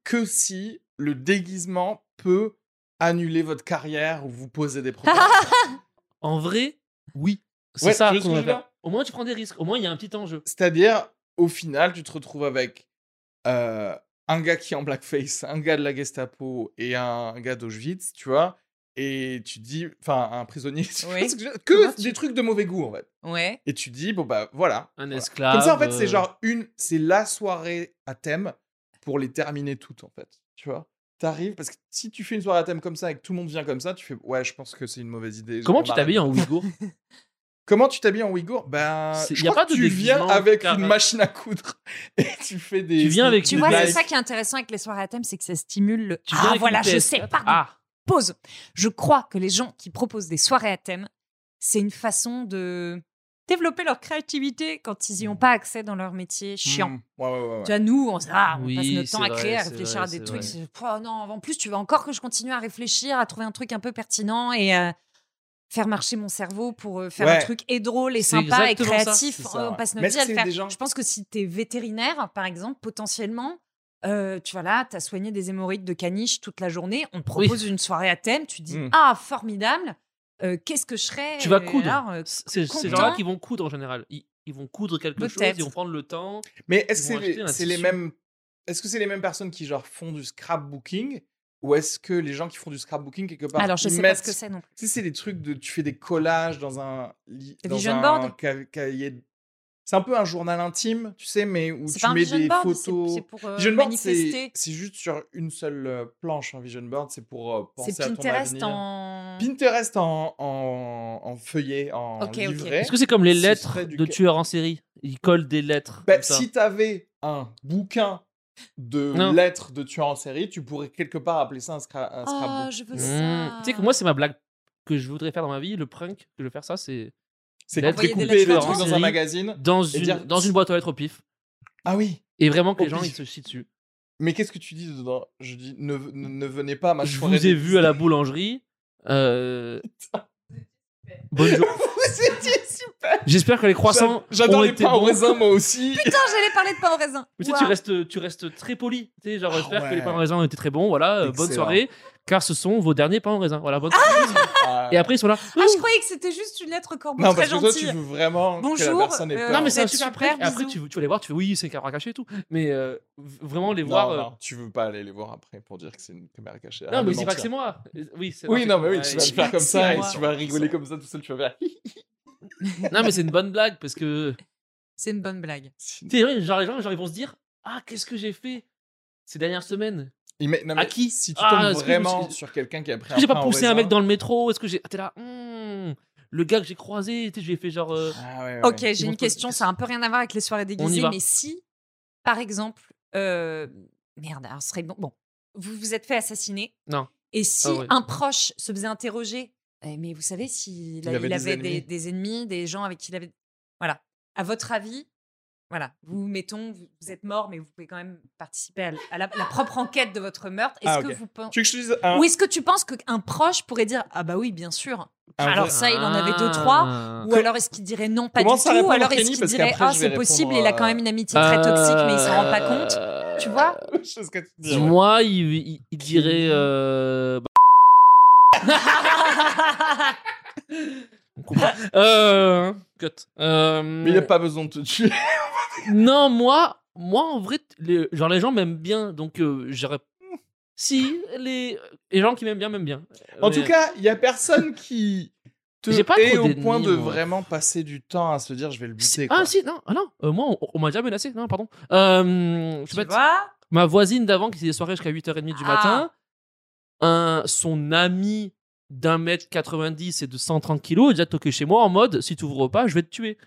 que si le déguisement peut annuler votre carrière ou vous poser des problèmes <laughs> En vrai, oui. C'est Ouais, ça tu vois ce qu'on que va je veux faire. dire Au moins, tu prends des risques. Au moins, il y a un petit enjeu. C'est-à-dire, au final, tu te retrouves avec euh, un gars qui est en blackface, un gars de la Gestapo et un gars d'Auschwitz, tu vois et tu dis, enfin, un prisonnier, <laughs> tu vois Oui. ce que, je veux dire Comment que tu- des trucs de mauvais goût en fait. Ouais. Et tu dis, bon bah voilà. Un Voilà. esclave. Comme ça en fait, euh, c'est genre une, c'est la soirée à thème pour les terminer toutes en fait. Tu vois T'arrives, parce que si tu fais une soirée à thème comme ça et que tout le monde vient comme ça, tu fais, ouais, je pense que c'est bah, une mauvaise idée. Comment On tu arrête. <laughs> t'habilles en Ouïghour Comment tu t'habilles en Ouïghour Ben, C'est- je y a crois pas que de tu viens déguisement avec une carré. machine à coudre <laughs> et tu fais des. Tu viens avec Tu une vois, c'est blague. ça qui est intéressant avec les soirées à thème, c'est que ça stimule le. Tu viens ah avec voilà, une je PS4. sais, pardon. Ah, Pause. Je crois que les gens qui proposent des soirées à thème, c'est une façon de développer leur créativité quand ils n'y Mmh. ont pas accès dans leur métier chiant. Hmm. Ouais, ouais, ouais, ouais. Tu vois, nous, on, ah, on Oui, passe notre c'est temps à vrai, créer, à c'est réfléchir vrai, à des c'est trucs. vrai. c'est- Pouah, non, en plus, tu veux encore que je continue à réfléchir, à trouver un truc un peu pertinent et euh, faire marcher mon cerveau pour euh, faire un Ouais. truc et drôle et C'est sympa et exactement ça, créatif. c'est ça, on ouais. passe Mais est-ce notre vie à que le c'est faire. des gens- Je pense que si tu es vétérinaire, par exemple, potentiellement, euh, tu vois là, tu as soigné des hémorroïdes de caniche toute la journée, on te Oui. propose une soirée à thème, tu dis Mm. Ah, formidable, euh, qu'est-ce que je serais Tu vas euh, coudre. alors, euh, c'est ces content. gens-là qui vont coudre en général. Ils, ils vont coudre quelque chose, Peut-être. ils vont prendre le temps. Mais est-ce que Ils c'est vont acheter les, un c'est les tissu. mêmes. Est-ce que c'est les mêmes personnes qui genre font du scrapbooking ou est-ce que les gens qui font du scrapbooking quelque part Alors, je sais pas mettent- ce que c'est non plus. Tu sais, c'est des trucs de. Tu fais des collages dans un. li- Des Dans vision un board ca- cahier. C'est un peu un journal intime, tu sais, mais où C'est tu pas un mets vision des board, c'est- photos. c'est pour euh, Vision board, c'est manifester. c'est juste sur une seule euh, planche en vision board, c'est pour euh, penser C'est à ton Pinterest avenir. en. Pinterest en, en, en feuillet, en Ok, ok. livret. Est-ce que c'est comme les Ce lettres serait du de ca- tueurs en série Ils collent des lettres. Bah, comme ça. si t'avais un bouquin de Non. lettres de tueurs en série, tu pourrais quelque part appeler ça un, scra- un Ah, scrapbook. je veux ça. Mmh. Tu sais que moi, c'est ma blague que je voudrais faire dans ma vie. Le prank que je veux faire, ça, c'est C'est d'être découpé envoyé des des lettres trucs en dans un série. magazine. dans Et une, dire- dans une boîte aux lettres au pif. Ah oui. Et vraiment que Au les gens, pif. ils se chient dessus. Mais qu'est-ce que tu dis dedans Je dis ne, ne, ne venez pas à ma je soirée vous ai Bah, des- vu à la boulangerie. <laughs> Euh... Bonne journée. C'était super. J'espère que les croissants. ont J'adore les été pains au bons. raisin moi <laughs> aussi. Putain, j'allais parler de pain au raisin. Mais tu sais, Waouh. tu restes, tu restes très poli. Tu sais, genre, Ah j'espère que les ouais. pains en raisin ont été très bons. Voilà, euh, bonne Excellent. soirée, car ce sont vos derniers pains en raisin. Voilà, bonne soirée. Ah. Et après, ils sont là. Ah, je croyais que c'était juste une lettre corbeau non très parce que toi gentille. tu veux vraiment que la Bonjour, personne ait euh, peur. non, mais vous c'est un êtes super super, prank. Et après, bisous. tu, veux- tu vas les voir, tu fais oui, c'est un cabra caché et tout. Mais euh, v- vraiment, les Non, voir. euh, non, tu veux pas aller les voir après pour dire que c'est une caméra cachée. Non, Arrête mais de ils disent pas que mentir. c'est moi. Euh, Oui, c'est- Oui, non, mais oui, Ouais, tu ils vas disent le faire pas comme que ça c'est et moi. tu vas rigoler comme ça tout seul, tu vas faire. <laughs> <laughs> Non, mais c'est une bonne blague parce que. C'est une bonne blague. Tu sais, genre, les gens, genre, ils vont se dire Ah, qu'est-ce que j'ai fait ces dernières semaines Il met- non, À mais qui Si tu tombes Ah, est-ce que je me vraiment suis- sur quelqu'un qui a pris Est-ce un que j'ai pain pas au poussé un raisin- mec dans le métro Est-ce que j'ai. Ah, T'es là, Hmm, le gars que j'ai croisé, tu sais, j'ai fait genre. euh, Ah, ouais, ouais, Ok, ouais. j'ai vont une te- question, ça a un peu rien à voir avec les soirées y déguisées, va. mais si, par exemple, euh, merde, alors ce serait bon. Bon, vous vous êtes fait assassiner. Non. Et si Ah ouais. un proche se faisait interroger, euh, mais vous savez, s'il a- il avait, des, des ennemis. Des, gens avec qui il avait. Voilà. À votre avis, voilà, vous mettons, vous, vous êtes mort, mais vous pouvez quand même participer à, l- à la, la propre enquête de votre meurtre. Est-ce Ah, que ok. vous pensez. Tu veux que je te dise un Ou est-ce que tu penses qu'un proche pourrait dire Ah bah oui, bien sûr un alors, vrai- ça, il en avait deux, trois. Ah. Ou Co- alors est-ce qu'il dirait non, pas Commence du à tout Ou répondre, alors est-ce Kenny, qu'il parce dirait qu'après, ah, je vais c'est possible, répondre, il a quand euh, même une amitié très toxique, mais il s'en rend pas compte Euh, Tu vois <laughs> Je sais ce que tu dis. ouais. Moi, il, il- il dirait. euh, bah, on comprend. <laughs> Euh, cut. Euh, Mais il a pas besoin de te tuer. Non, moi, moi en vrai, t- les, genre les gens m'aiment bien, donc euh, j'aurais. Si les, les gens qui m'aiment bien Euh, m'aiment bien. En Mais- <laughs> tout cas, il y a personne qui J'ai pas et trop au d'ennemis, point de moi. vraiment passer du temps à se dire je vais le C'est- buter. Ah quoi. si, non, ah, non. euh, moi on, on m'a déjà menacé, non, pardon. Euh, je <laughs> Tu sais pas, vois ma voisine d'avant qui faisait des soirées jusqu'à 8h30 du Ah. matin, un, son ami d'un mètre 90 et de 130 kilos a déjà toqué chez moi en mode si tu ouvres pas, je vais te tuer.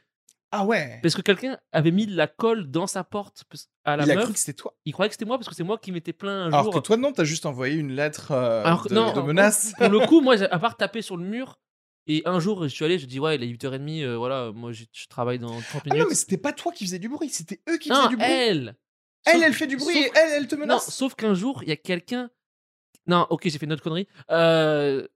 Ah ouais Parce que quelqu'un avait mis de la colle dans sa porte parce- à la Il a meuf. cru que c'était toi. Il croyait que c'était moi parce que c'est moi qui m'étais plein un Alors jour. que toi, non, t'as juste envoyé une lettre euh, Alors que- de, non. de menace. Ah Pour le coup, moi, j'ai- à part taper sur le mur, et un jour, je suis allé, je dis ouais, il est 8h30, euh, voilà, moi je, je travaille dans 30 Ah minutes. non, mais c'était pas toi qui faisais du bruit, c'était eux qui Non, faisaient du bruit. Elle, elle elle, Sauf- fait du bruit sauf- et elle, elle te Non, menace. sauf qu'un jour, il y a quelqu'un. Non, ok, j'ai fait une autre connerie. Euh,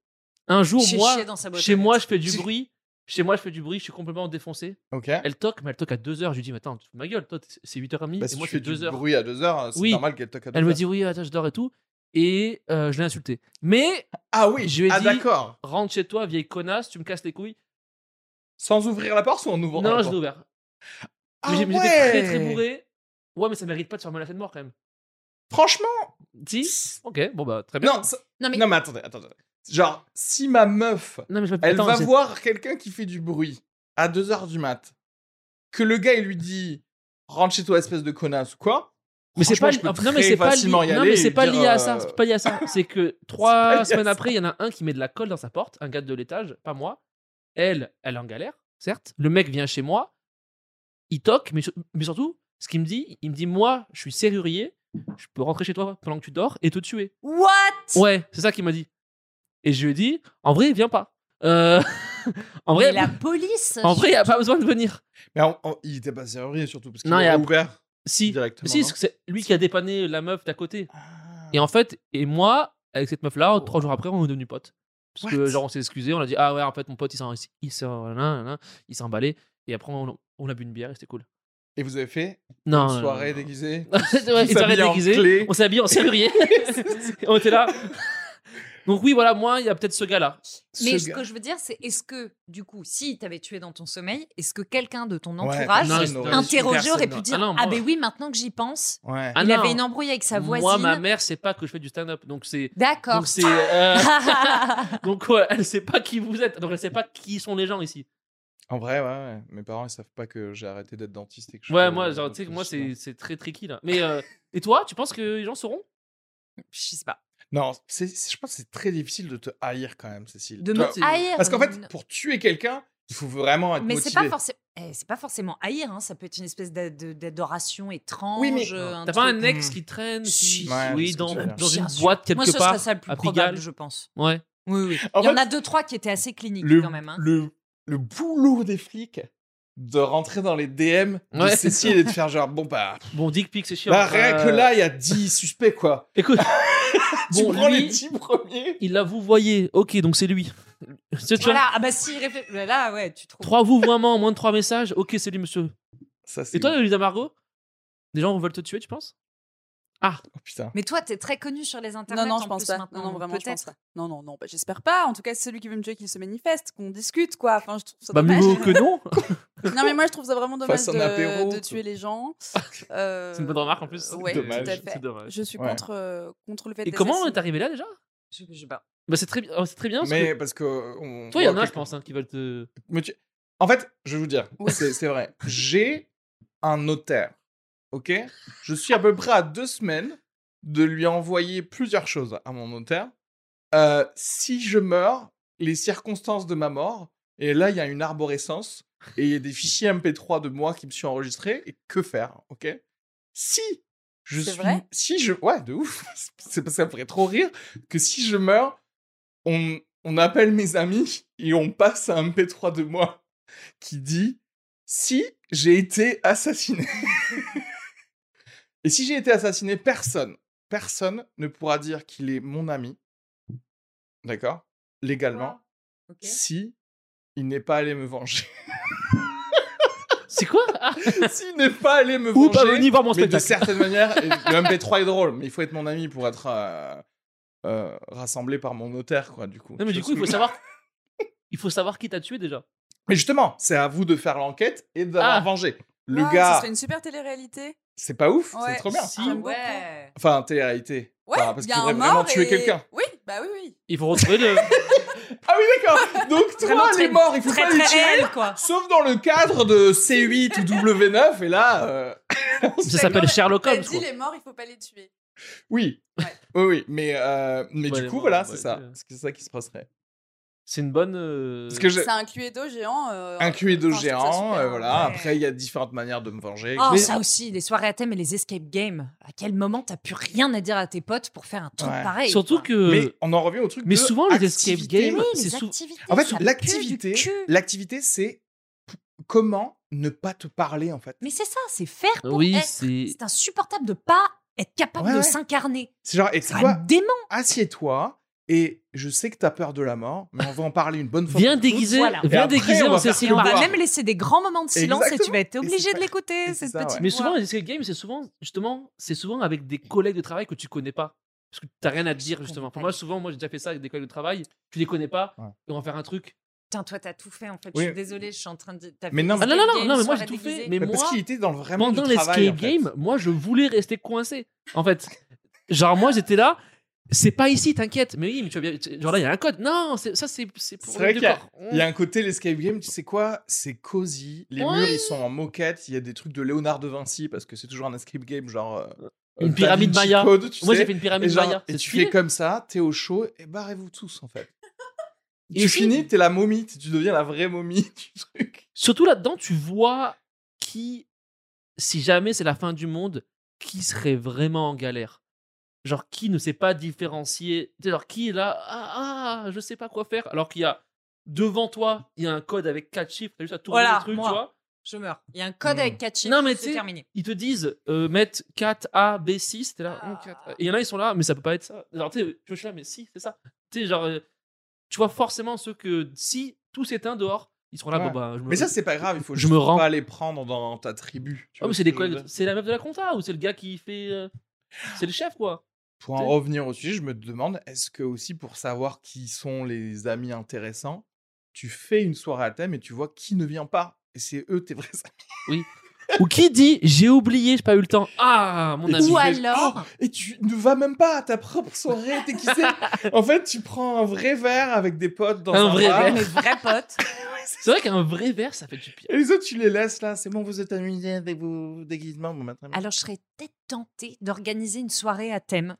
un jour, J'ai moi, chié dans sa boîte chez aux moi, lettres. je fais du J'ai- bruit. Chez moi, je fais du bruit, je suis complètement défoncé. Ok. Elle toque, mais elle toque à 2h. Je lui dis, mais attends, tu fous de ma gueule, toi, t- c'est 8h30 Bah, et si moi, tu c'est fais du 2h. bruit à deux heures, c'est Oui. normal qu'elle toque à deux Elle me heures. dit, oui, attends, je dors et tout. Et euh, je l'ai insulté. Mais Ah oui, Je lui ai ah dit- d'accord. rentre chez toi, vieille connasse, tu me casses les couilles. Sans ouvrir la porte ou en ouvrant non, la je l'ai porte ouvert. Ah Mais j'ai- mais j'étais ouais très, très bourré. Ouais, mais ça mérite pas de se faire menacer de mort quand même. Franchement Si Ok, bon, bah, très bien. non, ça- Non, mais non, mais attendez, attendez. Genre, si ma meuf, Non, mais je elle attends, va j'ai- voir quelqu'un qui fait du bruit à 2h du mat, que le gars il lui dit rentre chez toi espèce de connasse ou quoi Mais c'est Franchement, pas je peux non très mais c'est pas li- facilement y non, aller mais et c'est pas dire, lié euh, à ça, c'est pas lié <laughs> à ça. C'est que pas lié à trois semaines ça. après, il y en a un qui met de la colle dans sa porte, un gars de l'étage, pas moi. Elle, elle est en galère, certes. Le mec vient chez moi, il toque, mais, sur- mais surtout, ce qu'il me dit, il me dit moi, je suis serrurier, je peux rentrer chez toi pendant que tu dors et te tuer. what Ouais, c'est ça qu'il m'a dit. Et je lui ai dit en vrai, viens pas. Euh, <laughs> en vrai, Mais la police en vrai, il y a pas besoin de venir. Mais on- on- il était pas serrurier surtout parce qu'il Non, il a a- ouvert Si, directement. si, non c'est lui qui a dépanné la meuf d'à côté. Ah. Et en fait, et moi, avec cette meuf-là, trois jours après, on est devenus potes. Parce que, Oh. What genre, on s'est excusé, on a dit, ah ouais, en fait, mon pote, il s'en- il s'est il s'est emballé. Et après, on, on a bu une bière et c'était cool. Et vous avez fait Non. une non, soirée non, non. <laughs> déguisée Ouais, Qui une soirée s'habille en déguisée. clé. On s'est habillé <laughs> en serrurier. on était là. Donc, oui, voilà, moi, il y a peut-être ce gars-là. Mais Ce ce gars- que je veux dire, c'est est-ce que, du coup, si t'avais tué dans ton sommeil, est-ce que quelqu'un de ton Ouais, entourage, non, je- non, je- Ah, interrogé, personne, aurait non. pu dire non, moi- Ah, ben oui, maintenant que j'y pense, Ouais. Ah il non. avait une embrouille avec sa voisine. Moi, ma mère, c'est pas que je fais du stand-up. Donc, c'est. D'accord. Donc, c'est. euh, donc, ouais, elle sait pas qui vous êtes. Donc, elle sait pas qui sont les gens ici. En vrai, ouais, ouais. Mes parents ils savent pas que j'ai arrêté d'être dentiste et que je Ouais, fais- moi, genre, tu sais que moi, c'est c'est très tricky là. Mais euh, et toi, tu penses que les gens sauront <laughs> Je sais pas. Non, c'est- c'est- je pense que c'est très difficile de te haïr quand même, Cécile. De Toi, me haïr. Parce qu'en fait, non. pour tuer quelqu'un, il faut vraiment être Mais motivé. c'est pas, forcément c'est pas forcément haïr, hein, ça peut être une espèce d'a- de- d'adoration étrange. Oui, mais- euh, un T'as pas un truc- ex Hmm. qui traîne Si. qui- Ouais, oui, c'est ce que dans, tu veux dire. dans une Bien sûr. boîte quelque Moi, ce part serait ça le plus à probable, Pigalle. je pense. Ouais. Oui, oui. En Il y en fait, a deux, trois qui étaient assez cliniques le, quand même. hein. le, le boulot des flics de rentrer dans les DM de Ouais. Cécile et de faire genre, bon <laughs> bah, Bon, Dick Pic, c'est chiant. là, Bah, rien Euh, Ah, que là, il y a 10 suspects quoi. <laughs> Écoute, tu bon, prends lui, les 10 premiers. il a vous voyez. Ok, donc c'est lui. Tu sais, tu vois, Voilà, ah bah si, réfé- bah là, ouais, tu trouves. trois vouvoiements, moins de trois messages. Ok, c'est lui, monsieur. Ça, c'est Et toi, ouf. Lisa Margot Des gens veulent te tuer, tu penses Oh, putain. Mais toi, t'es très connu sur les internets. Non, non, en je pense plus, pas. maintenant, Non, non, donc vraiment, je pense peut-être. pas. Non, non, non, bah, j'espère pas. En tout cas, c'est celui qui veut me tuer qui se manifeste, qu'on discute, quoi. Enfin, je trouve ça Bah, mieux dommage. vaut que <laughs> non. non, mais moi, je trouve ça vraiment dommage Fasse un de, apéro, de tout. tuer les gens. <laughs> Euh, C'est une bonne remarque en Euh, plus. Ouais, Dommage. tout à fait. C'est dommage. Je suis Ouais. contre, euh, contre le fait Et comment d'assassiner. t'es arrivé là déjà Je- je sais pas. Bah, c'est très, bi- oh, c'est très bien. parce Mais parce que. euh, on que- Toi, il y en voit a, je quelqu'un- pense, hein, qui veulent te. me tu- En fait, je vais vous dire, Oui. c'est c'est <laughs> vrai. J'ai un notaire, ok Je suis à peu près à deux semaines de lui envoyer plusieurs choses à mon notaire. Euh, si je meurs, les circonstances de ma mort, et là, il y a une arborescence, et il y a des fichiers MP3 de moi qui me suis enregistré, et que faire, ok Si je C'est suis... vrai si je... Ouais, de ouf <laughs> C'est Ça me ferait trop rire que si je meurs, on, on appelle mes amis et on passe à un MP3 de moi qui dit si j'ai été assassiné. <laughs> et si j'ai été assassiné, personne, personne ne pourra dire qu'il est mon ami, d'accord, légalement, Ah, Ok. si il n'est pas allé me <laughs> venger. <laughs> C'est quoi Ah, S'il n'est pas allé me Ou venger. pas venir voir mon mais de spectacle. certaine manière, et <laughs> le MP3 est drôle, mais il faut être mon ami pour être euh, euh, rassemblé par mon notaire, quoi, du coup. Non, mais Tu du vois ce coup, il faut que- <laughs> savoir. Il faut savoir qui t'a tué déjà. Mais justement, c'est à vous de faire l'enquête et d'avoir Ah. vengé. Le Waouh, Ce gars, serait une super télé-réalité. c'est pas ouf, Ouais. c'est trop bien. Si. Ah ouais. ouais. Enfin, télé-réalité. Ouais, Enfin, Bah, parce il qu'il y a un faudrait mort vraiment tuer et- quelqu'un. Oui, bah oui, oui. Il faut retrouver le. Ah oui, d'accord. Donc, Vraiment trois, les très- morts, il faut Très pas les très tuer. réel, quoi. Sauf dans le cadre de C8 ou W9, et là. euh, <laughs> Ça s'appelle Sherlock T'as Holmes. dit quoi. les morts, il faut pas les tuer. Oui. Ouais. Oui, oui, mais, euh, mais Ouais, bah, du les coup, morts, voilà, on c'est va ça. essayer. C'est ça qui se euh, passerait. C'est une bonne. euh, Parce que je- C'est un cluedo géant. euh, Un enfin, Cluedo je trouve ça géant, super, euh, hein. voilà. ouais. Après, il y a différentes manières de me venger. Oh, Mais- ça aussi, les soirées à thème et les escape games. À quel moment t'as plus rien à dire à tes potes pour faire un truc Ouais. pareil Surtout quoi. que. Mais on en revient au truc. mais de souvent, les escape activité. games, Oui, c'est les sou- activités, En fait, ça pue du l'activité, cul. l'activité, c'est p- comment ne pas te parler, en fait. Mais c'est ça, c'est faire pour Oui, être. c'est. C'est insupportable de pas être capable Ouais, de ouais. s'incarner. C'est genre, et tu C'est un vois, dément. assieds-toi, et je sais que t'as peur de la mort, mais on va en parler une bonne fois. Viens pour toutes. déguiser, Voilà. Bah, Et viens après, déguiser on va en faire Cécile Et on Barra. va même laisser des grands moments de silence et tu vas être obligé c'est de pas- l'écouter, et c'est cette ça, petite ouais. Mais voix. souvent, les escape games, c'est souvent, justement, c'est souvent avec des collègues de travail que tu connais pas. Parce que tu n'as rien à dire, justement. Pour moi, souvent, moi, j'ai déjà fait ça avec des collègues de travail. Tu les connais pas, Ouais. et on va faire un truc. Putain, toi, t'as tout fait en fait. Oui. Je suis désolée, je suis en train de. t'as Mais fait non, des mais- Ah non, non, escape non, non, mais games, moi, j'ai soirées tout fait. déguisées. Mais Mais moi, parce qu'il était dans le vraiment pendant du travail. l'escape en fait. game, moi, je voulais rester coincé. En fait, genre, moi, j'étais là. C'est pas ici, t'inquiète. Mais oui, mais tu vas bien. tu- Genre là, il y a un code. Non, c'est- ça, c'est c'est pour C'est le vrai qu'il y a- décor. Il y a un côté l'escape game, tu sais quoi C'est cosy. Les Ouais. murs ils sont en moquette. Il y a des trucs de Léonard de Vinci parce que c'est toujours un escape game genre. euh, Une Da pyramide Vinci Maya. Code, tu Moi, sais. j'ai fait une Et, pyramide genre, Maya. et C'est tu stylé. fais comme ça, t'es au chaud et barrez-vous tous en fait. Et tu puis- finis, t'es la momie, tu tu deviens la vraie momie <laughs> du truc. Surtout là-dedans, tu vois qui, si jamais c'est la fin du monde, qui serait vraiment en galère. Genre qui ne sait pas différencier. Tu sais, Genre qui est là, ah, ah, je sais pas quoi faire. Alors qu'il y a devant toi, il y a un code avec quatre chiffres, t'as juste à tourner Voilà, le truc, moi. tu vois. Je meurs. Il y a un code Mm. avec 4 chiffres. Non, mais tu c'est sais- terminé. Ah. Ils te disent, euh, mettre 4A, B6, t'es là, oh, 4A. Et il y en a, ils sont là, mais ça peut pas être ça. Genre, tu sais, je suis là, mais si, c'est ça. Tu sais, genre, euh, tu vois forcément ceux que, si tout s'éteint dehors, ils seront là, Ouais. bon, bah, je me Mais ça, c'est pas grave, il faut Je juste me rends. pas les prendre dans ta tribu. tu Ah, vois mais ce c'est que des je veux collègues- dire C'est la meuf de la compta ou c'est le gars qui fait. euh, C'est le chef, quoi. Pour en T'es- revenir au sujet, je me demande est-ce que aussi pour savoir qui sont les amis intéressants, tu fais une soirée à thème et tu vois qui ne vient pas et c'est eux tes vrais amis. ou qui dit j'ai oublié, j'ai pas eu le temps. Ah, mon Et ami. tu Ou fais- alors- Oh, et tu ne vas même pas à ta propre soirée, t'es qui <laughs> sait En fait, tu prends un vrai verre avec des potes dans Un un, vrai bar, verre. Mes vrais potes. C'est vrai qu'un vrai verre, ça fait du bien. Et les autres, tu les laisses là. C'est bon, vous êtes amusés avec vos déguisements. Bon, maintenant, Alors, je serais peut-être tentée d'organiser une soirée à thème.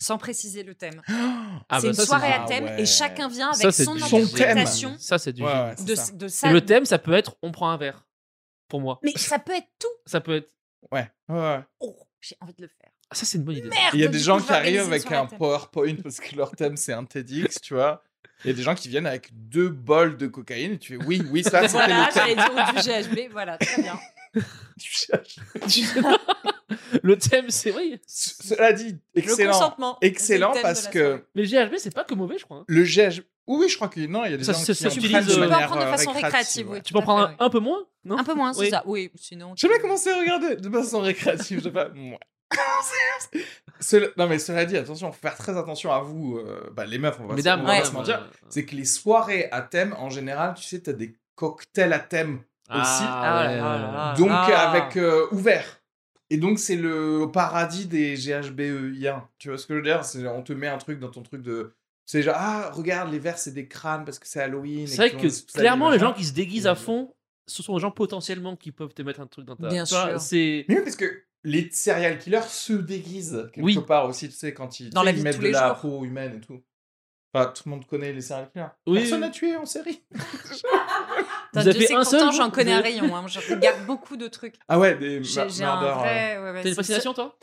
Sans préciser le thème. Ah, c'est bah, une ça, soirée Ah à thème ouais. et chacun vient Ça, avec c'est son du- Son thème. interprétation Ça, c'est du Ouais, jeu. ouais, c'est de, ça. de Et ça. le thème, ça peut être on prend un verre. Pour moi. Mais ça peut être tout. Ça peut être. Ouais, ouais, ouais. Oh, j'ai envie de le faire. Ah, ça, c'est une bonne idée. Merde, Il y a du des coup, gens je vais qui arrivent organiser avec une soirée à un thème. PowerPoint parce que leur thème c'est un TEDx, tu vois. Il y a des gens qui viennent avec deux bols de cocaïne et tu fais oui, oui, ça c'était Voilà, le thème. j'allais dire ou du GHB, voilà, très bien. <laughs> Tu cherches. <laughs> le thème, c'est. Oui. Ce- Cela dit, Le <laughs> excellent. consentement. Excellent c'est le thème de parce la que soirée. Mais le GHB, c'est pas que mauvais, je crois. hein. le GH. Oui, oui, je crois que non, il y a des Ça, gens ça, qui ça en s'utilise, prennent de euh, Tu peux en manière prendre de euh, façon récréative. récréative, ouais. oui. Tu peux en tout à prendre fait, oui. un, un peu moins Non Ah, Un peu moins, c'est Oui. ça. Oui, sinon. Je sais pas comment c'est regardé de façon récréative. Je sais pas. Mouais. <laughs> Cela- Non, mais cela dit, attention, faut faire très attention à vous, euh, bah, les meufs, on va, se- Mesdames, on va ouais. pas se mentir. euh, C'est que les soirées à thème, en général, tu sais, t'as des cocktails à thème Ah, aussi. ouais. Ah là là là là. Donc Ah. avec euh, ouvert. Et donc c'est le paradis des GHBEI1. E Tu vois ce que je veux dire C'est on te met un truc dans ton truc de c'est genre ah regarde les verres c'est des crânes parce que c'est Halloween. et C'est vrai qu'ils que ont des- clairement, les hein. machin. gens qui se déguisent à fond, ce sont les gens potentiellement qui peuvent te mettre un truc dans ta. Bien tu vois, sûr. C'est. Mais oui parce que les serial killers se déguisent quelque Oui. part aussi tu sais quand ils, Dans tu sais, la ils vie de mettent tous de les la jours. peau humaine et tout. Enfin tout le monde connaît les serial killers. Oui. Personne n'a tué en série. Putain, Vous Dieu avez sait un que seul, pourtant, vous j'en connais un Vous rayon. <laughs> hein. Je garde beaucoup de trucs. Ah ouais des J'ai mur- j'ai un murders, euh. vrai. ouais, ouais, T'as une c'est- fascination, toi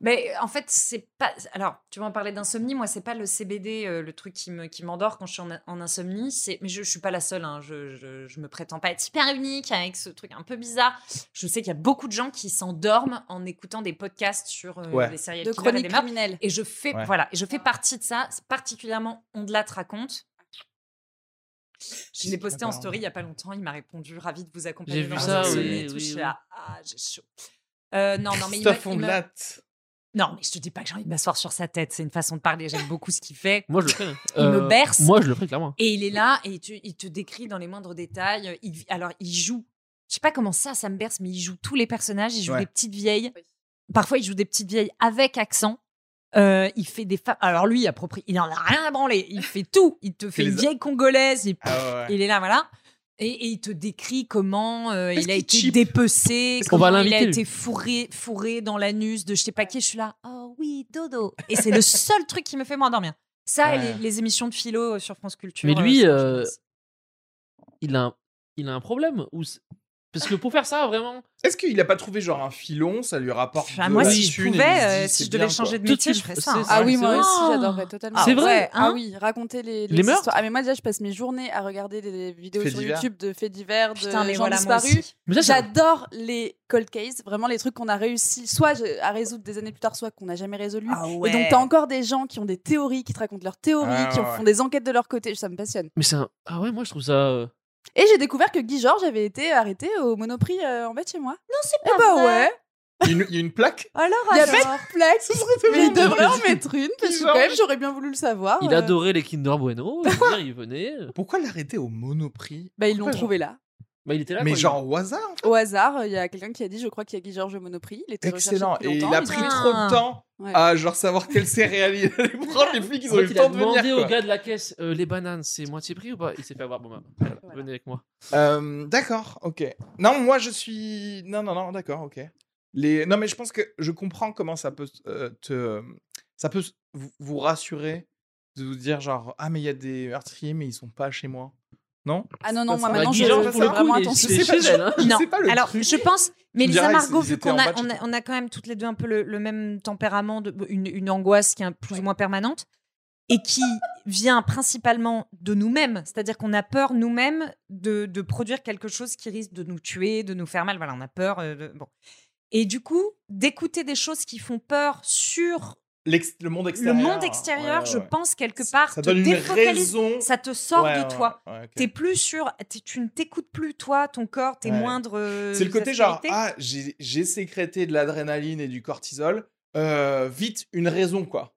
Mais euh, en fait, c'est pas. Alors, tu vas en parler d'insomnie. Moi, c'est pas le CBD, euh, le truc qui me- qui m'endort quand je suis en, en insomnie. C'est. Mais je, je suis pas la seule. hein. Je, je, je me prétends pas être hyper unique avec ce truc un peu bizarre. Je sais qu'il y a beaucoup de gens qui s'endorment en écoutant des podcasts sur euh, Ouais. les séries De chronique criminelle. Et je fais Ouais. voilà, et je fais partie de ça, c'est particulièrement Ondelat raconte. Je l'ai posté en Apparemment. story il y a pas longtemps, il m'a répondu ravi de vous accompagner. J'ai vu dans ça, oui, votre sommeil et oui, tout. Je suis oui. là, ah, j'ai chaud. Euh, non, non, mais il me- Christophe il me- Ondelat. non, mais je te dis pas que j'ai envie de m'asseoir sur sa tête. C'est une façon de parler. J'aime beaucoup ce qu'il fait. Moi, je le ferais. hein. Il me berce. Moi, je le ferais clairement. Et il est là et tu- il te décrit dans les moindres détails. Il- alors, il joue. Je sais pas comment ça, ça me berce, mais il joue tous les personnages. Il joue Ouais. des petites vieilles. Oui. Parfois, il joue des petites vieilles avec accent. Euh, il fait des femmes. Alors lui, il, approprie... il en a rien à branler. Il fait tout. Il te fait les une a- vieille congolaise. Et... Ah ouais. Il est là, voilà. Et, et il te décrit comment euh, Est-ce il a qu'il été cheap dépecé, Est-ce qu'on comment va il a l'inviter, lui été fourré, fourré dans l'anus de je sais pas qui. Je suis là, oh oui, dodo. Et c'est le seul truc qui me fait m'endormir. Ça, et Ouais. les, les émissions de philo euh, sur France Culture. Mais lui, ça, je euh, pense. Il a un, il a un problème. Ou c'est- parce que pour faire ça, vraiment, Est-ce qu'il a pas trouvé genre un filon, ça lui rapporte Enfin, de moi, la si je thune et il se dit, pouvais, euh, c'est si je bien, devais quoi. changer de Tout de métier, je suite, ferais ça. c'est hein. ça. Ah oui, moi c'est aussi, vrai. j'adorerais totalement. Ah Oh, C'est vrai, Ouais, hein ah oui, raconter les, Les meurtres histoires. Ah, mais moi, déjà, je passe mes journées à regarder des vidéos Faits sur divers. YouTube de faits divers, de Putain, les gens voilà, moi disparus. aussi. mais ça, c'est un- J'adore les cold cases, vraiment les trucs qu'on a réussi soit je- à résoudre des années plus tard, soit qu'on n'a jamais résolu. Ah Et ouais. donc, t'as encore des gens qui ont des théories, qui te racontent leurs théories, Ouais, qui ouais, ouais. font des enquêtes de leur côté. Ça me passionne. mais c'est un- Ah ouais, moi je trouve ça. euh, Et j'ai découvert que Guy Georges avait été arrêté au Monoprix euh, en bas de chez moi. Non, c'est Eh Ah pas bah vrai. ouais, Il y a une- il y a une plaque Alors, il y a alors. pas de plaque. <laughs> Mais il marrant. devrait en mettre une parce Guy que quand même Georges. j'aurais bien voulu le Ah savoir. Il Euh, adorait les Kinder Bueno. je veux dire, il venait. Pourquoi l'arrêter au monoprix Bah ils l'ont Pourquoi, trouvé là. Bah, il était là. Mais quoi, il- genre au hasard Au hasard, il y a quelqu'un qui a dit je crois qu'il y a Guy Georges au Monoprix. Il était recherché Excellent. depuis Et il longtemps, a ils pris ont- Ah. trop de temps Ouais. à genre <laughs> savoir quelle céréale il allait prendre. Les flics, ils ont eu le il a temps de venir. demandé au quoi. gars de la caisse euh, les bananes, c'est moitié prix ou pas Il s'est fait avoir. Bon, bah, voilà, Voilà. venez avec moi. Euh, d'accord, ok. Non, moi je suis. Non, non, non, d'accord, ok. Les... Non, mais je pense que je comprends comment ça peut euh, te. Ça peut s- vous- vous rassurer de vous dire genre, ah, mais il y a des meurtriers, mais ils sont pas chez moi. Non Ah non non, Bah, moi ça- maintenant Bah, je Guy Georges, fais pour le vraiment coup, il est- attention. c'est- Je sais pas, chez elle, hein. je- je Non. sais pas le Alors, truc. je pense, Tu mais me Lisa diras, ils- Margot, ils vu étaient en qu'on bas a, de on chez a, on a quand même toutes les deux un peu le, le même tempérament, de, une, une angoisse qui est un- plus ou moins permanente, et qui vient principalement de nous-mêmes. C'est-à-dire qu'on a peur nous-mêmes de, de produire quelque chose qui risque de nous tuer, de nous faire mal. Voilà, on a peur. euh, de- bon. Et du coup, d'écouter des choses qui font peur sur L'ex- Le monde le extérieur. monde extérieur, ouais, je ouais. pense quelque part, Ça te donne une défocalise, raison. ça te sort Ouais, de ouais, toi. ouais, ouais, ok. T'es plus sûr, t'es- tu ne t'écoutes plus toi, ton corps, tes Ouais. moindres. euh, C'est le côté genre, aspérités. ah, j'ai j'ai sécrété de l'adrénaline et du cortisol. euh, vite, une raison, quoi.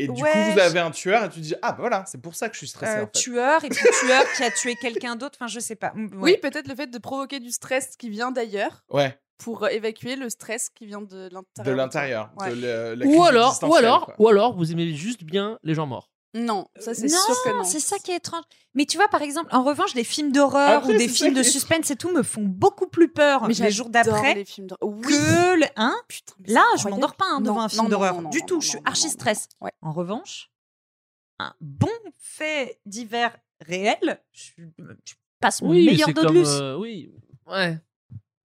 Et du coup, Ouais, vous avez un tueur et tu te dis, ah, bah voilà, c'est pour ça que je suis stressé. Euh, en fait. tueur et puis tueur qui a tué quelqu'un d'autre. Enfin, je sais pas. Mm, Oui ouais. peut-être le fait de provoquer du stress qui vient d'ailleurs Ouais, pour euh, évacuer le stress qui vient de l'intérieur. de l'intérieur. de Ouais. le- la Ou crise alors, ou existentielle, alors, quoi. ou alors, vous aimez juste bien les gens morts. Non, ça c'est Non, sûr que non. C'est ça qui est étrange. Mais tu vois, par exemple, en revanche, les films d'horreur Après, ou c'est des ça films de qui est- suspense et tout me font beaucoup plus peur Mais les j'adore jours d'après les films d'horreur. Oui. que le. Hein Putain, Là, mais c'est je incroyable. m'endors pas hein, devant Non, un non, film non, d'horreur. non, Du non, tout, non, je suis non, non, archi non. stress. Ouais. En revanche, un bon fait divers réel, je, je passe mon meilleur dos de luce. euh, oui, ouais.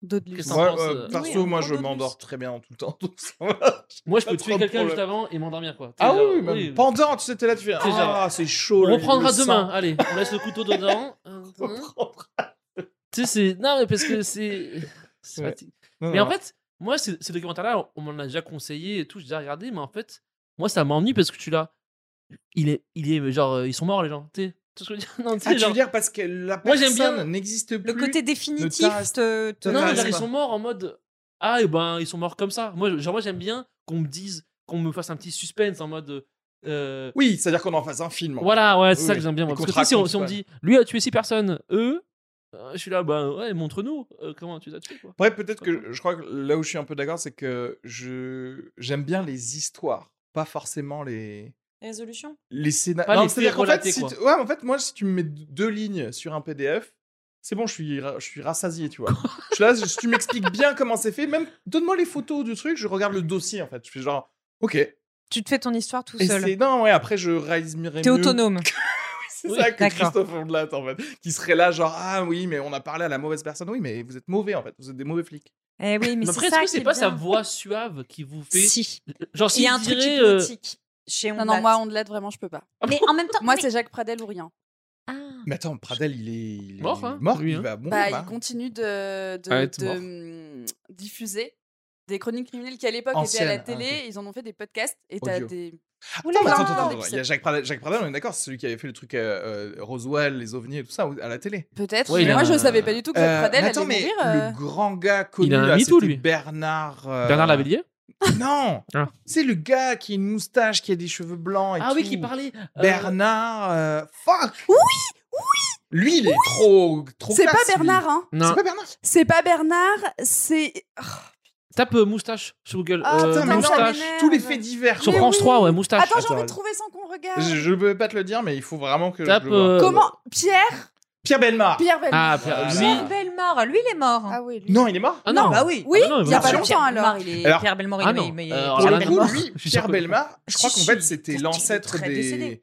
D'autres Qu'est-ce que t'en Ouais, penses, euh, euh, perso, Oui, moi, un je peu m'endors plus. très bien tout le temps. donc ça va. Moi, je Pas peux trop tuer de quelqu'un juste problème. avant et m'endormir quoi. ah T'es genre, oui, même pendant, tu sais, t'es là, tu fais, C'est genre- ah, c'est On chaud. le- reprendra le demain. sang. Allez, on laisse le couteau dedans. Euh, <laughs> On reprendra. tu sais, c'est non mais parce que c'est. c'est Ouais. fati- Non, Mais non, en fait, moi, ces, ces documentaires-là, on m'en a déjà conseillé et tout, j'ai déjà regardé, mais en fait, moi, ça m'ennuie parce que tu l'as. Il est, il est genre, euh, ils sont morts les gens. Tu sais, tu sais ce que je veux dire Non, tu sais, Ah, tu genre- veux dire parce que la Moi, j'aime bien personne n'existe plus. Le côté définitif reste- te, te- Non, mais reste genre, ils pas. sont morts en mode ah et ben ils sont morts comme ça. Moi, genre moi j'aime bien qu'on me dise, qu'on me fasse un petit suspense en mode. euh, Oui, c'est-à-dire qu'on en fasse un film. en Voilà, ouais, c'est Oui, ça oui. que j'aime bien. moi. Et Parce qu'on que te tu sais, si on, raconte si on me pas. dit, lui a tué six personnes, eux, euh, je suis là, bah ouais, montre-nous euh, comment tu as tué quoi. Après, peut-être que je crois que là où je suis un peu d'accord, c'est que je j'aime bien les histoires, pas forcément les Résolution. les scénarios. Pas les faits fait, relatés, si quoi. tu- ouais, en fait, moi, si tu me mets deux lignes sur un PDF, c'est bon, je suis ra- je suis rassasié, tu vois. je suis là, je- tu m'expliques bien comment c'est fait, même donne-moi les photos du truc, je regarde le Mmh. dossier en fait, je fais genre OK. Et Tu te fais ton histoire tout seul. c'est non, ouais, après je réalise mes <laughs> <laughs> T'es autonome. C'est Oui, ça que d'accord. Christophe Ondelat en fait, qui serait là genre ah oui, mais on a parlé à la mauvaise personne. Oui, mais vous êtes mauvais en fait, vous êtes des mauvais flics. Eh oui, mais Mais c'est après, est-ce ça que qui c'est est pas sa bien. voix suave qui vous fait. Si. Genre, Il si y a un truc dirait, euh, hypnotique chez Non, Ondelat. non, moi, on de l'aide, vraiment, je peux pas. <laughs> Mais en même temps, Moi, mais- c'est Jacques Pradel ou rien. Ah. Mais attends, Pradel, il est, il est Mort, hein, mort, lui, il hein. va mourir. Bah, hein. il continue de, de- Ah, être de, mort. hum, diffuser des chroniques criminelles qui, à l'époque, Anciennes, étaient à la ah, télé. ok. Ils en ont fait des podcasts. Et t'as Audio. des. Attends, mais attends, là attends, là. attends, il y a Jacques Pradel, Jacques Pradel, on est d'accord, c'est celui qui avait fait le truc euh, euh, Roswell, les ovnis et tout ça à la télé. Peut-être. Ouais, il mais a moi, je un- savais pas du tout que Jacques Euh, Pradel mais attends, allait mais mourir. euh, le grand gars connu, Il a un là, mytho, c'était lui. Bernard. euh, Bernard Lavillier Non, Ah. c'est le gars qui a une moustache, qui a des cheveux blancs et Ah oui, tout. qui parlait. euh, Bernard, euh, fuck. Oui, oui. Lui, il est trop, trop. C'est pas classe, lui. Bernard, hein. Non, C'est pas Bernard. C'est pas Bernard, c'est. Oh, Tape euh, moustache sur Google. Ah, Euh, putain, mais non, moustache. mais Tous les merde. faits divers. Sur quoi. Mais France oui. 3, ouais, moustache. Attends, j'ai envie attends. de trouver sans qu'on regarde. Je, je peux pas te le dire, mais il faut vraiment que Tape, je le vois. euh, Comment Pierre Pierre Belmar. Pierre Velmar. Ah, Pierre- Voilà. lui. Ah. Belmort, lui, il est mort. Ah oui, lui. Non, il est mort. Ah non, bah oui. Oui, Ah non, mais il y a bien pas sûr. longtemps alors. Belmort, il est... Alors- Pierre Belmort, il Ah est non. mais- Euh, Pour Pierre le Belmort. Bellemare. coup, lui, Je suis Pierre sûr que- Belmar, je crois Si, qu'en si, fait, il c'était est l'ancêtre très des. décédé.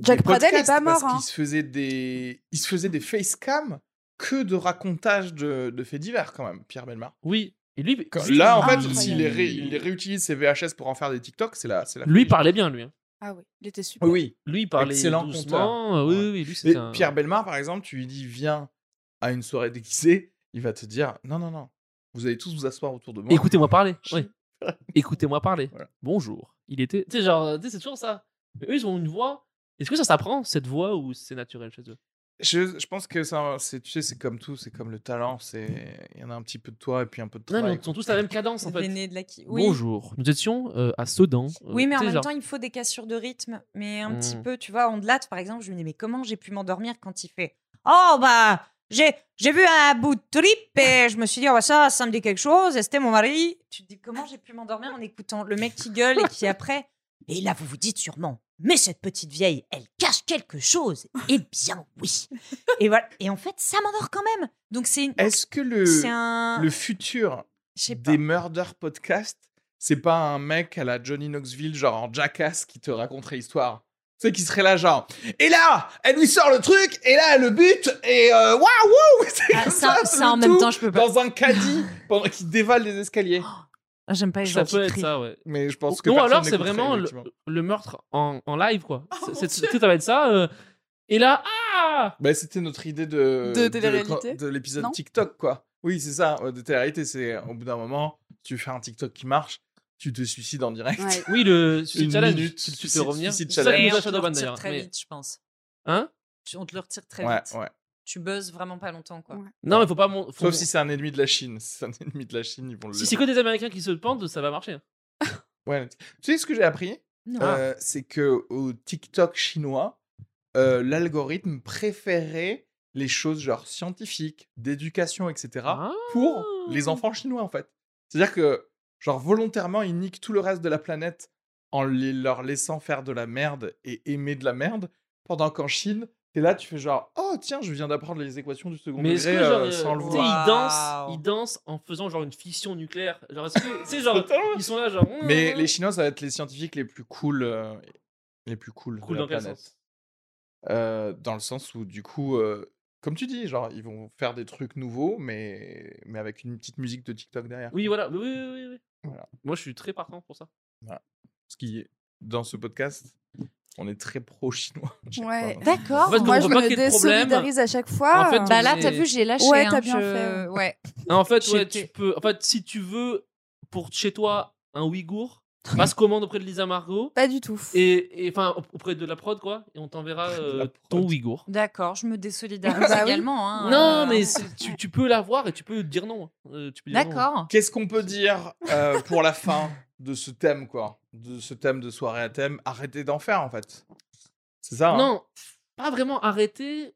Jack des Pradel est podcasts, pas mort, Parce hein. qu'il se faisait des, il se faisait des facecam que de racontages de, de faits divers quand même, Pierre Belmar. Oui. Et lui, Quand- Là, en fait, incroyable. s'il les ré- il les réutilise ses VHS pour en faire des TikTok, c'est la, c'est la. lui parlait bien, lui. hein. Ah oui, il était super. Oui, oui. Lui il parlait Excellent doucement. euh, oui, Ouais. oui, oui, lui Et c'était un... Pierre Belmar, par exemple, tu lui dis viens à une soirée déguisée, il va te dire non, non, non, vous allez tous vous asseoir autour de moi. Écoutez-moi parler. <laughs> Oui. Écoutez-moi parler. Voilà. Bonjour. Il était. Tu sais, genre, euh, tu sais, c'est toujours ça. Mais eux, ils ont une voix. Est-ce que ça s'apprend, cette voix, ou c'est naturel chez eux Je, je pense que ça, c'est, tu sais, c'est comme tout, c'est comme le talent, c'est il y en a un petit peu de toi et puis un peu de Non, travail. mais ils ont tous la même cadence, en L'aîné fait. de la qui- Oui. Bonjour. Nous étions euh, à Sedan. euh, Oui, mais en tu sais, même genre- temps, il faut des cassures de rythme. Mais un petit Hmm. peu, tu vois, Ondelat, par exemple, je me dis, mais comment j'ai pu m'endormir quand il fait Oh, bah, j'ai j'ai vu un bout de trip et je me suis dit, oh, bah, ça, ça me dit quelque chose. Et c'était mon mari. Tu te dis, comment j'ai pu m'endormir en écoutant le mec qui gueule et qui après. Et là, vous vous dites sûrement, mais cette petite vieille, elle cache quelque chose. Eh bien, oui. Et voilà. Et en fait, ça m'endort quand même. Donc, c'est une. Est-ce que le, C'est un. le futur Je sais pas. des murder podcasts, c'est pas un mec à la Johnny Knoxville, genre en jackass, qui te raconterait l'histoire tu sais, qui serait là, genre, et là, elle lui sort le truc, et là, elle le bute, et euh, waouh, waouh, <laughs> c'est Ah, comme ça, c'est ça, le en même tout temps, je peux pas. Dans un <gasps> caddie, pendant qu'il dévale les escaliers. Ah, J'aime pas les Ça gens qui peut être crient. ça, ouais. Mais je pense que. Non, personne alors c'est n'écouterait, vraiment le, effectivement. le meurtre en, en live, <laughs> quoi. C'est- c'est- tu sais, ça va être ça. euh, et là, ah Bah, c'était notre idée de. De télé-réalité De l'épisode Non TikTok, quoi. Oui, c'est ça, ouais, de télé-réalité, c'est au bout d'un moment, tu fais un TikTok qui marche, tu te suicides en direct. <laughs> Ouais. Oui, le suicide Une challenge. minute, tu, tu peux suicide- revenir. suicide C'est ça qui challenge. nous a on te le Shadowban, retire d'ailleurs. très mais- vite, je pense. Hein Tu- On te le retire très Ouais, vite. ouais. Tu buzzes vraiment pas longtemps, quoi. Ouais. Non, mais faut pas. mon- faut- Sauf si c'est un ennemi de la Chine. <laughs> Si c'est un ennemi de la Chine, ils vont le. Si c'est que des Américains qui se pendent, ça va marcher. hein. Ouais. Tu sais ce que j'ai appris Non. Ah. Euh, C'est que au TikTok chinois, euh, l'algorithme préférait les choses genre scientifiques, d'éducation, etc. Ah. pour les enfants chinois en fait. C'est-à-dire que genre volontairement, ils niquent tout le reste de la planète en les- leur laissant faire de la merde et aimer de la merde, pendant qu'en Chine, t'es là, tu fais genre oh tiens, je viens d'apprendre les équations du second Mais est-ce degré que genre, euh, euh, sans le tu sais, voir. ils dansent, Waouh. ils dansent en faisant genre une fission nucléaire. Genre, est-ce que, tu sais, genre, ils sont là, genre. mmh, Mais les chiens Chinois, ça va être les scientifiques les plus cool, euh, les plus cool, Cool de la dans quel planète. sens Euh, dans le sens où, du coup, euh, comme tu dis, genre, ils vont faire des trucs nouveaux, mais, mais avec une petite musique de TikTok derrière. Oui, voilà. Oui, oui, oui. oui. Voilà. Moi, je suis très partant <laughs> pour ça. Parce que dans ce podcast, on est très pro-chinois. <laughs> à chaque Ouais. fois. D'accord. En fait, Moi, on je veut pas me qu'il y ait de problème. désolidarise à chaque fois. En fait, Bah là, Mais- t'as vu, j'ai lâché. Ouais, hein, t'as bien je- fait. Ouais. Non, en fait, Chez ouais, tu tes- peux. En fait, si tu veux pour chez toi un <laughs> Ouïghour, passe commande auprès de Lisa Margot Pas du tout. et et- enfin auprès de la prod quoi, et on t'enverra Auprès de euh, la prod. ton Ouïghour. D'accord, je me <laughs> désolidarise Bah oui. également. hein, Non, euh, mais c'est- tu, tu peux l'avoir et tu peux dire non. Euh, tu peux dire non. D'accord. Qu'est-ce qu'on peut dire euh, pour la fin de ce thème, quoi De ce thème de soirée à thème, arrêtez d'en faire, en fait. C'est ça hein Non, pas vraiment arrêter,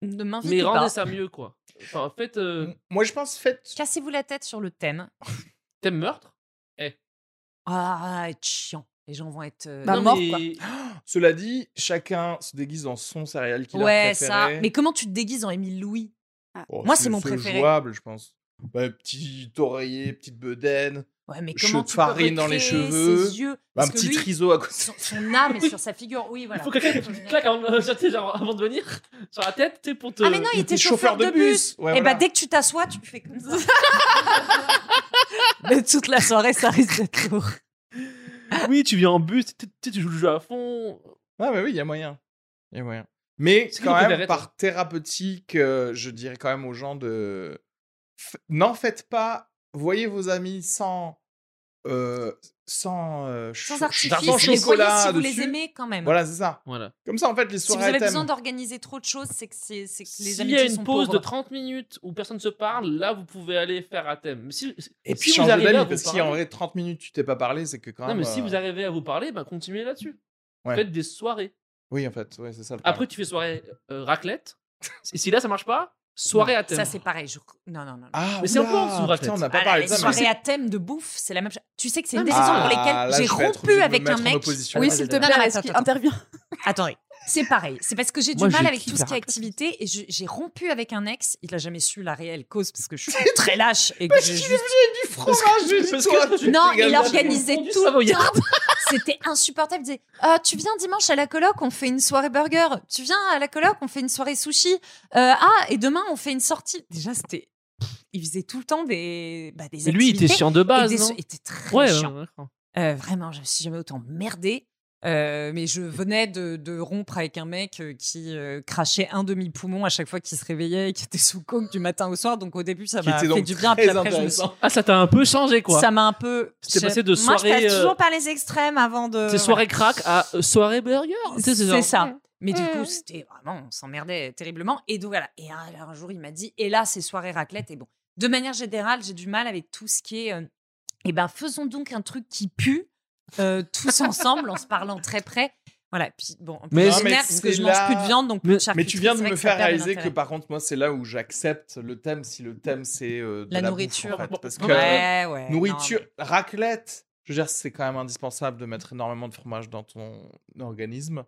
Ne m'invitez mais rendez pas. ça mieux quoi. Enfin, en fait, euh, Moi, je pense, faites Cassez-vous la tête sur le thème. t'aimes meurtre Ah, être chiant. Les gens vont être. euh, Bah, Non, mort, mais- quoi. Cela dit, chacun se déguise dans son céréale qu'il a ouais, ça. préféré. Mais comment tu te déguises en Émile Louis Oh, Moi, c'est mon préféré. jouable, je pense. Bah, petit oreiller, petite bedaine, Ouais, mais Je comment tu farine peux dans les recréer cheveux. ses yeux bah, un Parce que petit lui, triseau à côté. son, son <laughs> âme est sur sa figure. Oui, voilà. Il faut quelqu'un <laughs> qui te claque avant, de- <laughs> tu sais, genre, avant de venir sur la tête, tu sais, pour te. Ah mais non, il était chauffeur de bus. Ouais, voilà. et bah dès que tu t'assois, tu fais comme ça. mais toute la soirée, ça risque d'être lourd. Oui, tu viens en bus, tu tu sais, tu joues le jeu à fond. Ah, bah oui, il y a moyen. Il y a moyen. Mais C'est qui quand ton même, préféré, toi par thérapeutique, euh, je dirais quand même aux gens de. F- N'en faites pas, voyez vos amis sans. euh, sans. euh, Sans cho- artifice, sans mais voyez chocolat si vous les dessus. aimez quand même. Voilà, c'est ça. Voilà. Comme ça, en fait, les Si vous soirées à avez thème. besoin d'organiser trop de choses, c'est que, c'est c'est que les S'il y amitiés a une sont pause de pauvres. 30 minutes où personne ne se parle, là, vous pouvez aller faire à thème. Mais si- Et si puis, vous change arrivez à d'amis, vous parce parler- qu'en vrai, 30 minutes, tu t'es pas parlé, c'est que quand Non, même. mais si euh, vous arrivez à vous parler, bah, continuez là-dessus. Ouais. Faites des soirées. Oui, en fait, ouais, c'est ça le problème. <laughs> Après, tu fais soirée euh, raclette. Et si là, ça marche pas, Soirée à thème. Ça, c'est pareil. je- Non, non, non. non. Ah, Mais c'est un peu en oula, dessous, Raclette. Putain, on n'a pas Ah, parlé les de ça. mais- soirées à thème de bouffe, c'est la même chose. Tu sais que c'est une Ah, décision mais- pour Ah, laquelle là, j'ai je vais être obligé rompu de me avec mettre un en mec. opposition. Ah, Oui, s'il te Non, non, plaît, attends, rescue- attends. interviens. Attendez, c'est pareil. C'est parce que j'ai du Moi, mal je avec kiffe tout ce qui Héraclès. est activité et je- j'ai rompu avec un ex. Il n'a jamais su la réelle cause parce que <laughs> je suis très lâche et que Parce j'ai qu'il juste... du hein, fromage, juste parce toi, que- tu Non, t'es il gagné. organisait Du tout. Savoyard. <laughs> C'était insupportable. Il disait Ah, Tu viens dimanche à la coloc, on fait une soirée burger. Tu viens à la coloc, on fait une soirée sushi. Euh, ah, et demain, on fait une sortie. Déjà, c'était. Il faisait tout le temps des, bah, des Mais lui, il était activités chiant de et base. des- non était très Ouais, chiant. ouais, ouais. Euh, vraiment, je me suis jamais autant merdée. Euh, mais je venais de, de rompre avec un mec euh, qui euh, crachait un demi-poumon à chaque fois qu'il se réveillait et qui était sous coke du matin au soir. Donc au début, ça Qui m'a était fait donc du bien. Puis très après, je me suis... intéressant. Ah, ça t'a un peu changé, quoi. Ça m'a un peu. C'était je- passé de Moi, soirée, je passe euh, toujours par les extrêmes avant de. C'est soirée crack à euh, soirée <laughs> burger. Tu sais, C'est genre- ça. Mais du coup, Mmh. c'était vraiment, on s'emmerdait terriblement. Et donc voilà. Et alors, un jour, il m'a dit, et là, c'est soirée raclette. Et bon, de manière générale, j'ai du mal avec tout ce qui est. euh, eh ben, faisons donc un truc qui pue euh, tous ensemble en se parlant très près. Voilà. Puis bon, en plus, Mais- je Non, mais m'énerve parce que c'est je là- mange plus de viande, donc plus Mais- de charcuterie. Mais tu viens de C'est vrai me que ça faire perd de réaliser que l'intérêt. par contre, moi, c'est là où j'accepte le thème si le thème c'est euh, de la, la, bouffe, nourriture. en fait. parce que ouais, ouais, non, nourriture, raclette. Je veux dire, c'est quand même indispensable de mettre énormément de fromage dans ton <laughs> organisme.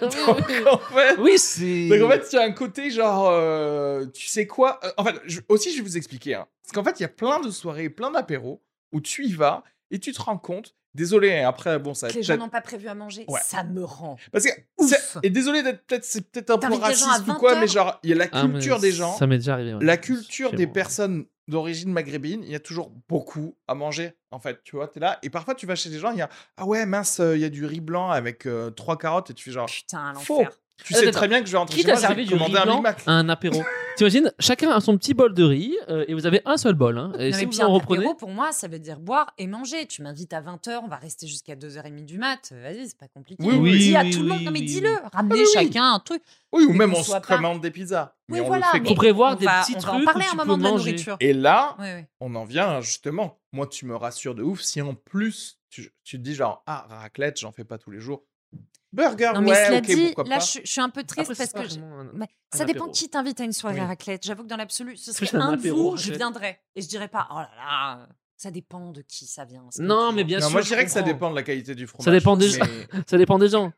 Donc, en fait, Ah, Oui, c'est. Donc en fait, il y a un côté genre, euh, tu sais quoi euh, En fait, je- aussi, je vais vous expliquer. hein. Parce qu'en fait, il y a plein de soirées, plein d'apéros où tu y vas et tu te rends compte. Désolé, hein, après, bon, ça. mais va être que les gens peut-être- n'ont pas prévu à manger. Ouais. Ça me rend. Parce que Ouf. c'est- et désolé d'être peut-être, c'est peut-être un peu T'invites les gens à raciste ou quoi, 20 mais genre, il y a la Ah, mais culture des gens, Ça m'est déjà arrivé. ouais. la culture Chez des moi. personnes d'origine maghrébine. Il y a toujours beaucoup à manger, en fait. Tu vois, t'es là et parfois tu vas chez des gens, il y a ah ouais mince, euh, il y a du riz blanc avec euh, trois carottes et tu fais genre, Putain, faux. l'enfer. Euh, Tu Attends, sais attends. très bien que je vais rentrer Qui chez t'a moi, je servi vais du riz commander un Big blanc Mac. à un apéro T'imagines, chacun a son petit bol de riz euh, et vous avez un seul bol. hein. et Non, si mais vous bien, en un reprenez. apéro, pour moi, ça veut dire boire et manger. Tu m'invites à 20h, on va rester jusqu'à 2h30 du mat. Euh, Vas-y, c'est pas compliqué. Oui, oui, Dis à oui, tout le monde, oui, non mais oui, dis-le, oui. ramenez oui. chacun un truc. Oui, ou Mais même qu'on on se soit pas- commande des pizzas. Mais Oui, on voilà, le fait mais Faut quand- prévoir on des va, petits on va trucs. en où parler à tu un peux moment de la manger. nourriture. Et là, Ouais, ouais. on en vient hein, justement. Moi, tu me rassures de ouf si en plus tu, tu te dis genre ah raclette, j'en fais pas tous les jours. Ah Burger, Non mais ouais, cela ok, dit, pourquoi là pas. je, je suis un peu triste Après, c'est parce pas que je- vraiment un- Mais un ça dépend apéro. qui t'invite à une soirée Oui. raclette. J'avoue que dans l'absolu, ce Parce serait que c'est un un de apéro vous, je raclette. viendrais et je dirais pas oh là là, ça dépend de qui ça vient. c'est Non, compliqué. mais bien Non, sûr. moi, je je dirais que ça comprends. dépend de la qualité du fromage. dépend des- mais- <laughs> Ça dépend des gens.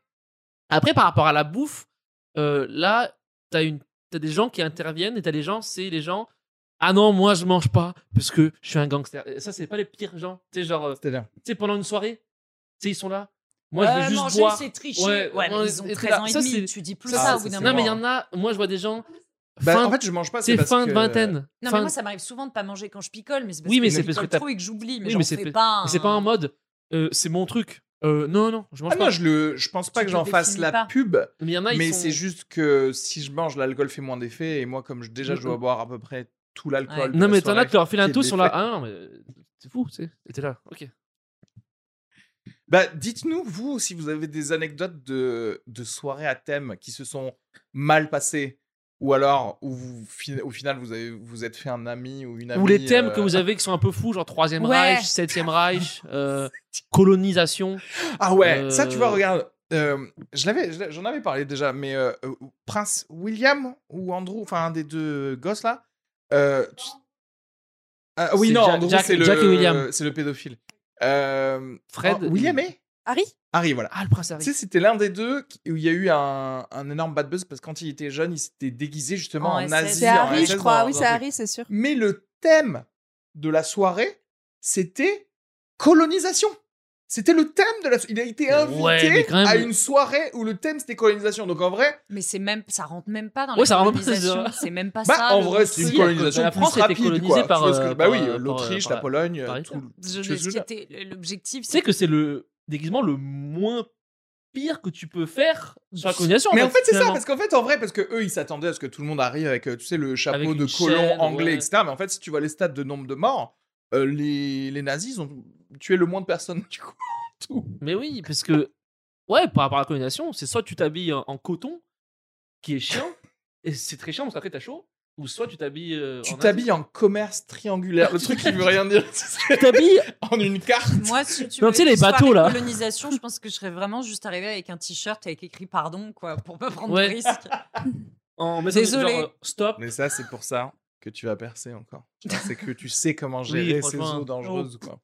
Après, par rapport à la bouffe, euh, là, t'as une... t'as des gens qui interviennent et t'as des gens, c'est les gens. Ah non, moi je mange pas parce que je suis un gangster. Et Ça, c'est pas les pires gens. Tu sais, genre, euh, tu C'est-à-dire, sais, pendant une soirée, tu sais, ils sont là. Moi, je Ouais, veux juste Euh, manger, boire. c'est tricher. Ouais, Ouais, moi, mais ils ont et 13 là, ans et ça, c'est- demi. Tu dis plus ça, ça au c'est- bout d'un c'est Non, mais moment. il y en a. Moi, je vois des gens. Bah, Fin- en fait, je mange pas. C'est parce fin que- de vingtaine. Non, Fin- mais moi, ça m'arrive souvent de pas manger quand je picole, mais c'est parce Oui, mais que c'est je parce que picole t'as- trop et que j'oublie. Mais Oui, j'en mais c'est fais fait- pas. hein. C'est pas en mode, euh, c'est mon truc. Euh, non, non, je mange Ah pas. non, je le, je pense pas Tu que te j'en fasse définis la pas. pub, Mais il y en a, ils mais sont- c'est juste que si je mange, l'alcool fait moins d'effet, et moi, comme je- déjà, je dois Mhm. boire à peu près tout l'alcool. Ouais. de Non, la mais t'en as, soirée. tu leur files un qui est toast, ils sont là. défait. Ah non, mais euh, c'est fou, tu sais. Et T'es là, ok. Bah, dites-nous, vous, si vous avez des anecdotes de, de soirées à thème qui se sont mal passées, ou alors où vous, fi- au final vous avez, vous êtes fait un ami ou une amie. Ou les thèmes que euh, vous avez qui sont un peu fous, genre 3ème Ouais. Reich, 7ème <laughs> Reich, euh, colonisation. Ah ouais, ça Euh, tu vois, regarde. euh, je l'avais, je l'ai- j'en avais parlé déjà, mais euh, euh, Prince William ou Andrew, enfin un des deux gosses là. euh, tu- Ah oui, C'est non, Jack- Andrew, Jack- c'est le, Jack et William. c'est le pédophile. Euh, Fred. oh, William et Harry Harry, voilà. Ah, le prince Tu Harry. sais, c'était l'un des deux qui- où il y a eu un, un énorme bad buzz parce que quand il était jeune, il s'était déguisé justement En en, SS. nazi. C'est en Harry, SS, je crois. dans- Oui, dans c'est un truc. Harry, c'est sûr. Mais le thème de la soirée, c'était colonisation. C'était le thème de la. Il a été invité Ouais, mais quand même- à une soirée où le thème c'était colonisation. Donc en vrai, Mais c'est même, ça rentre même pas dans Ouais, la ça rentre pas, colonisation. c'est C'est même pas bah, Ah, ça. en le- vrai, c'est une si, colonisation la plus France a été rapide, quoi. colonisée Tu par, vois ce euh, que- bah par, oui, euh, par, l'Autriche, euh, la par- Pologne, par tout. Hitler. Je- tu veux ce qui dire était- L'objectif, Tu sais que c'est le déguisement le moins pire que tu peux faire sur la colonisation. Mais en fait, c'est ça, finalement. parce qu'en fait, en vrai, parce que eux, ils s'attendaient à ce que tout le monde arrive avec, euh, tu sais, le Avec chapeau une de chaîne, colon anglais, ouais. etc. Mais en fait, si tu vois les stats de nombre de morts, euh, les, les nazis, ils ont tué le moins de personnes, du coup. Tout. Mais oui, parce que, ouais, par rapport à la colonisation, c'est soit tu t'habilles en, en coton, qui est chiant, et c'est très chiant parce qu'après t'as chaud, ou soit tu t'habilles. euh, en Tu Asie. t'habilles en commerce triangulaire, le truc qui veut rien dire, <laughs> Tu t'habilles en une carte. Moi, si tu Non, veux tu sais, une les bateaux, soirée là. <laughs> colonisation, je pense que je serais vraiment juste arrivé avec un t-shirt avec écrit pardon, quoi, pour pas prendre Ouais. de risque. en mettant des- Désolé. genre, euh, stop. Mais ça, c'est pour ça que tu vas percer encore. Tu vois, C'est que tu sais <laughs> comment gérer ces franchement. oh. eaux dangereuses. Quoi.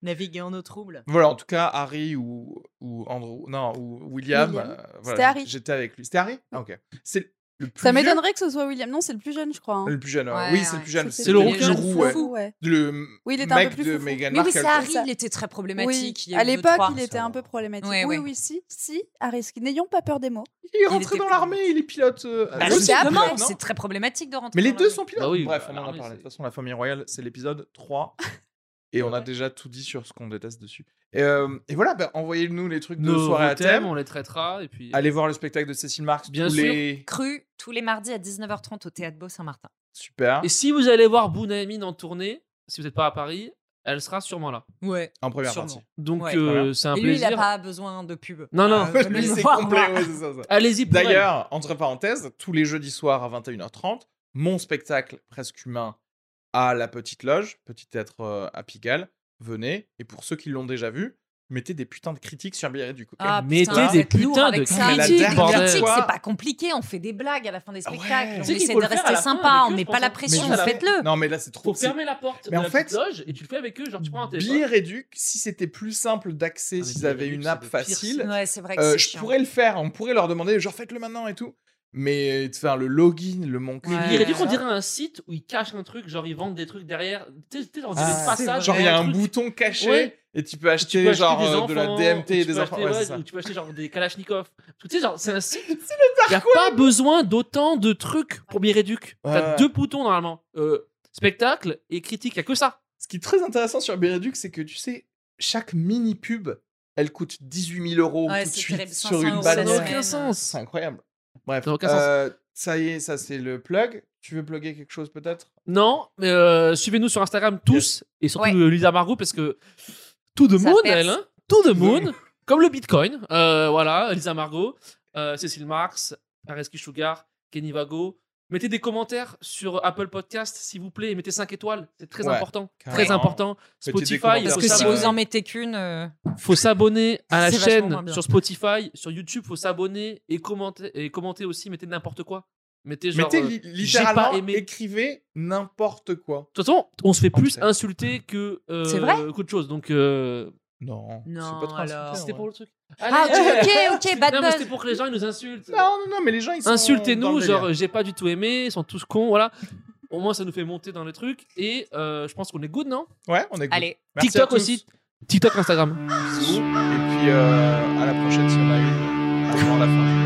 Naviguer en eau trouble. Voilà, en tout cas, Harry ou, ou Andrew, non, ou William. William. euh, voilà, C'était Harry. J'étais avec lui. C'était Harry Ah, Ok. C'est le plus Ça vieux- m'étonnerait que ce soit William. Non, c'est le plus jeune, je crois. hein. Le plus jeune. euh, Ouais, oui, c'est ouais. le plus jeune. C'était C'est le plus requin jeune fou, fou, ouais. ouais. Le Oui, il était un mec peu plus de foufou. Meghan Mais oui, Markle. c'est quoi. Harry, ça. il était très Oui, problématique. il y a à eu deux, l'époque, trois. il était un peu problématique. Ouais, oui, ouais. oui, si, si, Harry, n'ayons pas peur des mots. Il est Il rentré était dans plus- l'armée, il est pilote. euh, Bah ah, oui, c'est pilote, justement, non c'est très problématique de rentrer. Mais les dans deux l'armée. sont pilotes. Bah oui, Bref, bah, on en a l'armée, parlé. De c'est- toute façon, la famille royale, c'est l'épisode <laughs> 3. Et on a déjà tout dit sur ce qu'on déteste dessus. Et, euh, et voilà, bah, envoyez-nous les trucs de Nos soirée à thèmes, thème. on les traitera. Et puis, Allez voir le spectacle de Cécile Marx. Bien tous sûr. les- Cru tous les mardis à 19h30 au théâtre Beau Saint-Martin. Super. Et si vous allez voir Bounamine en tournée, si vous n'êtes pas à Paris, elle sera sûrement là. Ouais. En première Sûrement. partie. Donc Ouais. euh, Voilà. c'est un Et lui, il plaisir. n'a pas besoin de pub. Non, non. Euh, <laughs> Lui, venez c'est le voir, complet, moi. ouais, c'est ça, ça. Allez-y pour elle. D'ailleurs, entre parenthèses, tous les jeudis soirs à 21h30, mon spectacle presque humain à la Petite Loge, Petit Théâtre euh, à Pigalle, venez. Et pour ceux qui l'ont déjà vu, mettez des putains de critiques sur Biarritz. ok Ah, Mettez des putain, vous êtes lourds putains avec de ça. critiques, Mais la Des dernière critiques, fois- c'est pas compliqué. On fait des blagues à la fin des spectacles. ouais. On Tu sais qu'il essaie faut de le faire à rester la fin sympa. avec eux, on je met pas pense. la Mais pression. nous, on a- bah. Faites-le. Non, mais là, c'est trop. Faut c'est- fermer la porte Mais de en la fait- petite loge et tu le fais avec eux. Genre, tu prends un téléphone. Bière Éduc, si c'était plus simple d'accès, Ah, mais s'ils Bière avaient Éduc, une c'est app le pire hein. facile, Ouais, c'est vrai que euh, c'est je chiant. pourrais le faire. On pourrait leur demander, genre, faites-le maintenant et tout. Mais euh, enfin, le login, le mon Mais Il Bière aurait Ouais. dit qu'on dirait un site où ils cachent un truc, genre ils vendent des trucs derrière. Tu sais, tu sais, genre, on dirait Ah, une façade, Genre, il y a un truc. bouton caché Ouais. et tu peux acheter, Tu peux acheter genre des euh, de la enfants, DMT ou et tu des peux enfants. acheter, Ouais, ouais, c'est ça. ou tu peux acheter genre des Kalachnikov. Parce que, Tu sais, genre, c'est <laughs> un site. Il n'y a pas besoin d'autant de trucs pour Biréduc. T'as Ouais. deux boutons normalement. Euh, spectacle et critique, il n'y a que ça. Ce qui est très intéressant sur Bireduc, c'est que tu sais, chaque mini pub, elle coûte 18 000 euros Ouais, tout de c'est suite terrible, sur 500 une euros Ça la n'a balance. semaine. aucun sens. C'est incroyable. Bref, Ça n'a aucun euh, ça y est, ça c'est le plug. Tu veux plugger quelque chose peut-être Non, mais euh, suivez-nous sur Instagram tous et surtout Ouais. euh, Lisa Margot parce que tout de Ça monde, perce. elle, hein, tout de de monde, comme le Bitcoin. Euh, voilà, Lisa Margot, euh, Cécile Marx, Areski Sugar, Kenny Vago. Mettez des commentaires sur Apple Podcast, s'il vous plaît, et mettez 5 étoiles, c'est très Ouais, important, très carrément. important. des Spotify, commentaires il Parce faut que si Ouais. s'abonner- vous en mettez qu'une, euh, faut s'abonner à la C'est vachement chaîne moins bien. sur Spotify, sur YouTube, faut s'abonner et commenter et commenter aussi, mettez n'importe quoi. Mettez genre Mettez euh, li- j'ai pas littéralement, aimé. écrivez n'importe quoi. De toute façon, on se fait Oh, plus putain. insulter que euh, C'est vrai qu'autre chose. Donc euh, Non, Non, c'est pas trop alors. insultant, c'était ouais. pour le truc. Ah, ok, Allez. ok, ok, bad Non, mais c'était buzz. pour que les gens ils nous insultent. Non, non, non, mais les gens ils sont. dans Insultez-nous, le genre délire. euh, j'ai pas du tout aimé, ils sont tous cons, voilà. Au moins ça nous fait monter dans le truc et euh, je pense qu'on est good, non Ouais, on est good. Allez, Merci euh, TikTok à tous. aussi. TikTok, Instagram. Bisous. Et puis euh, à la prochaine si on a eu avant la fin.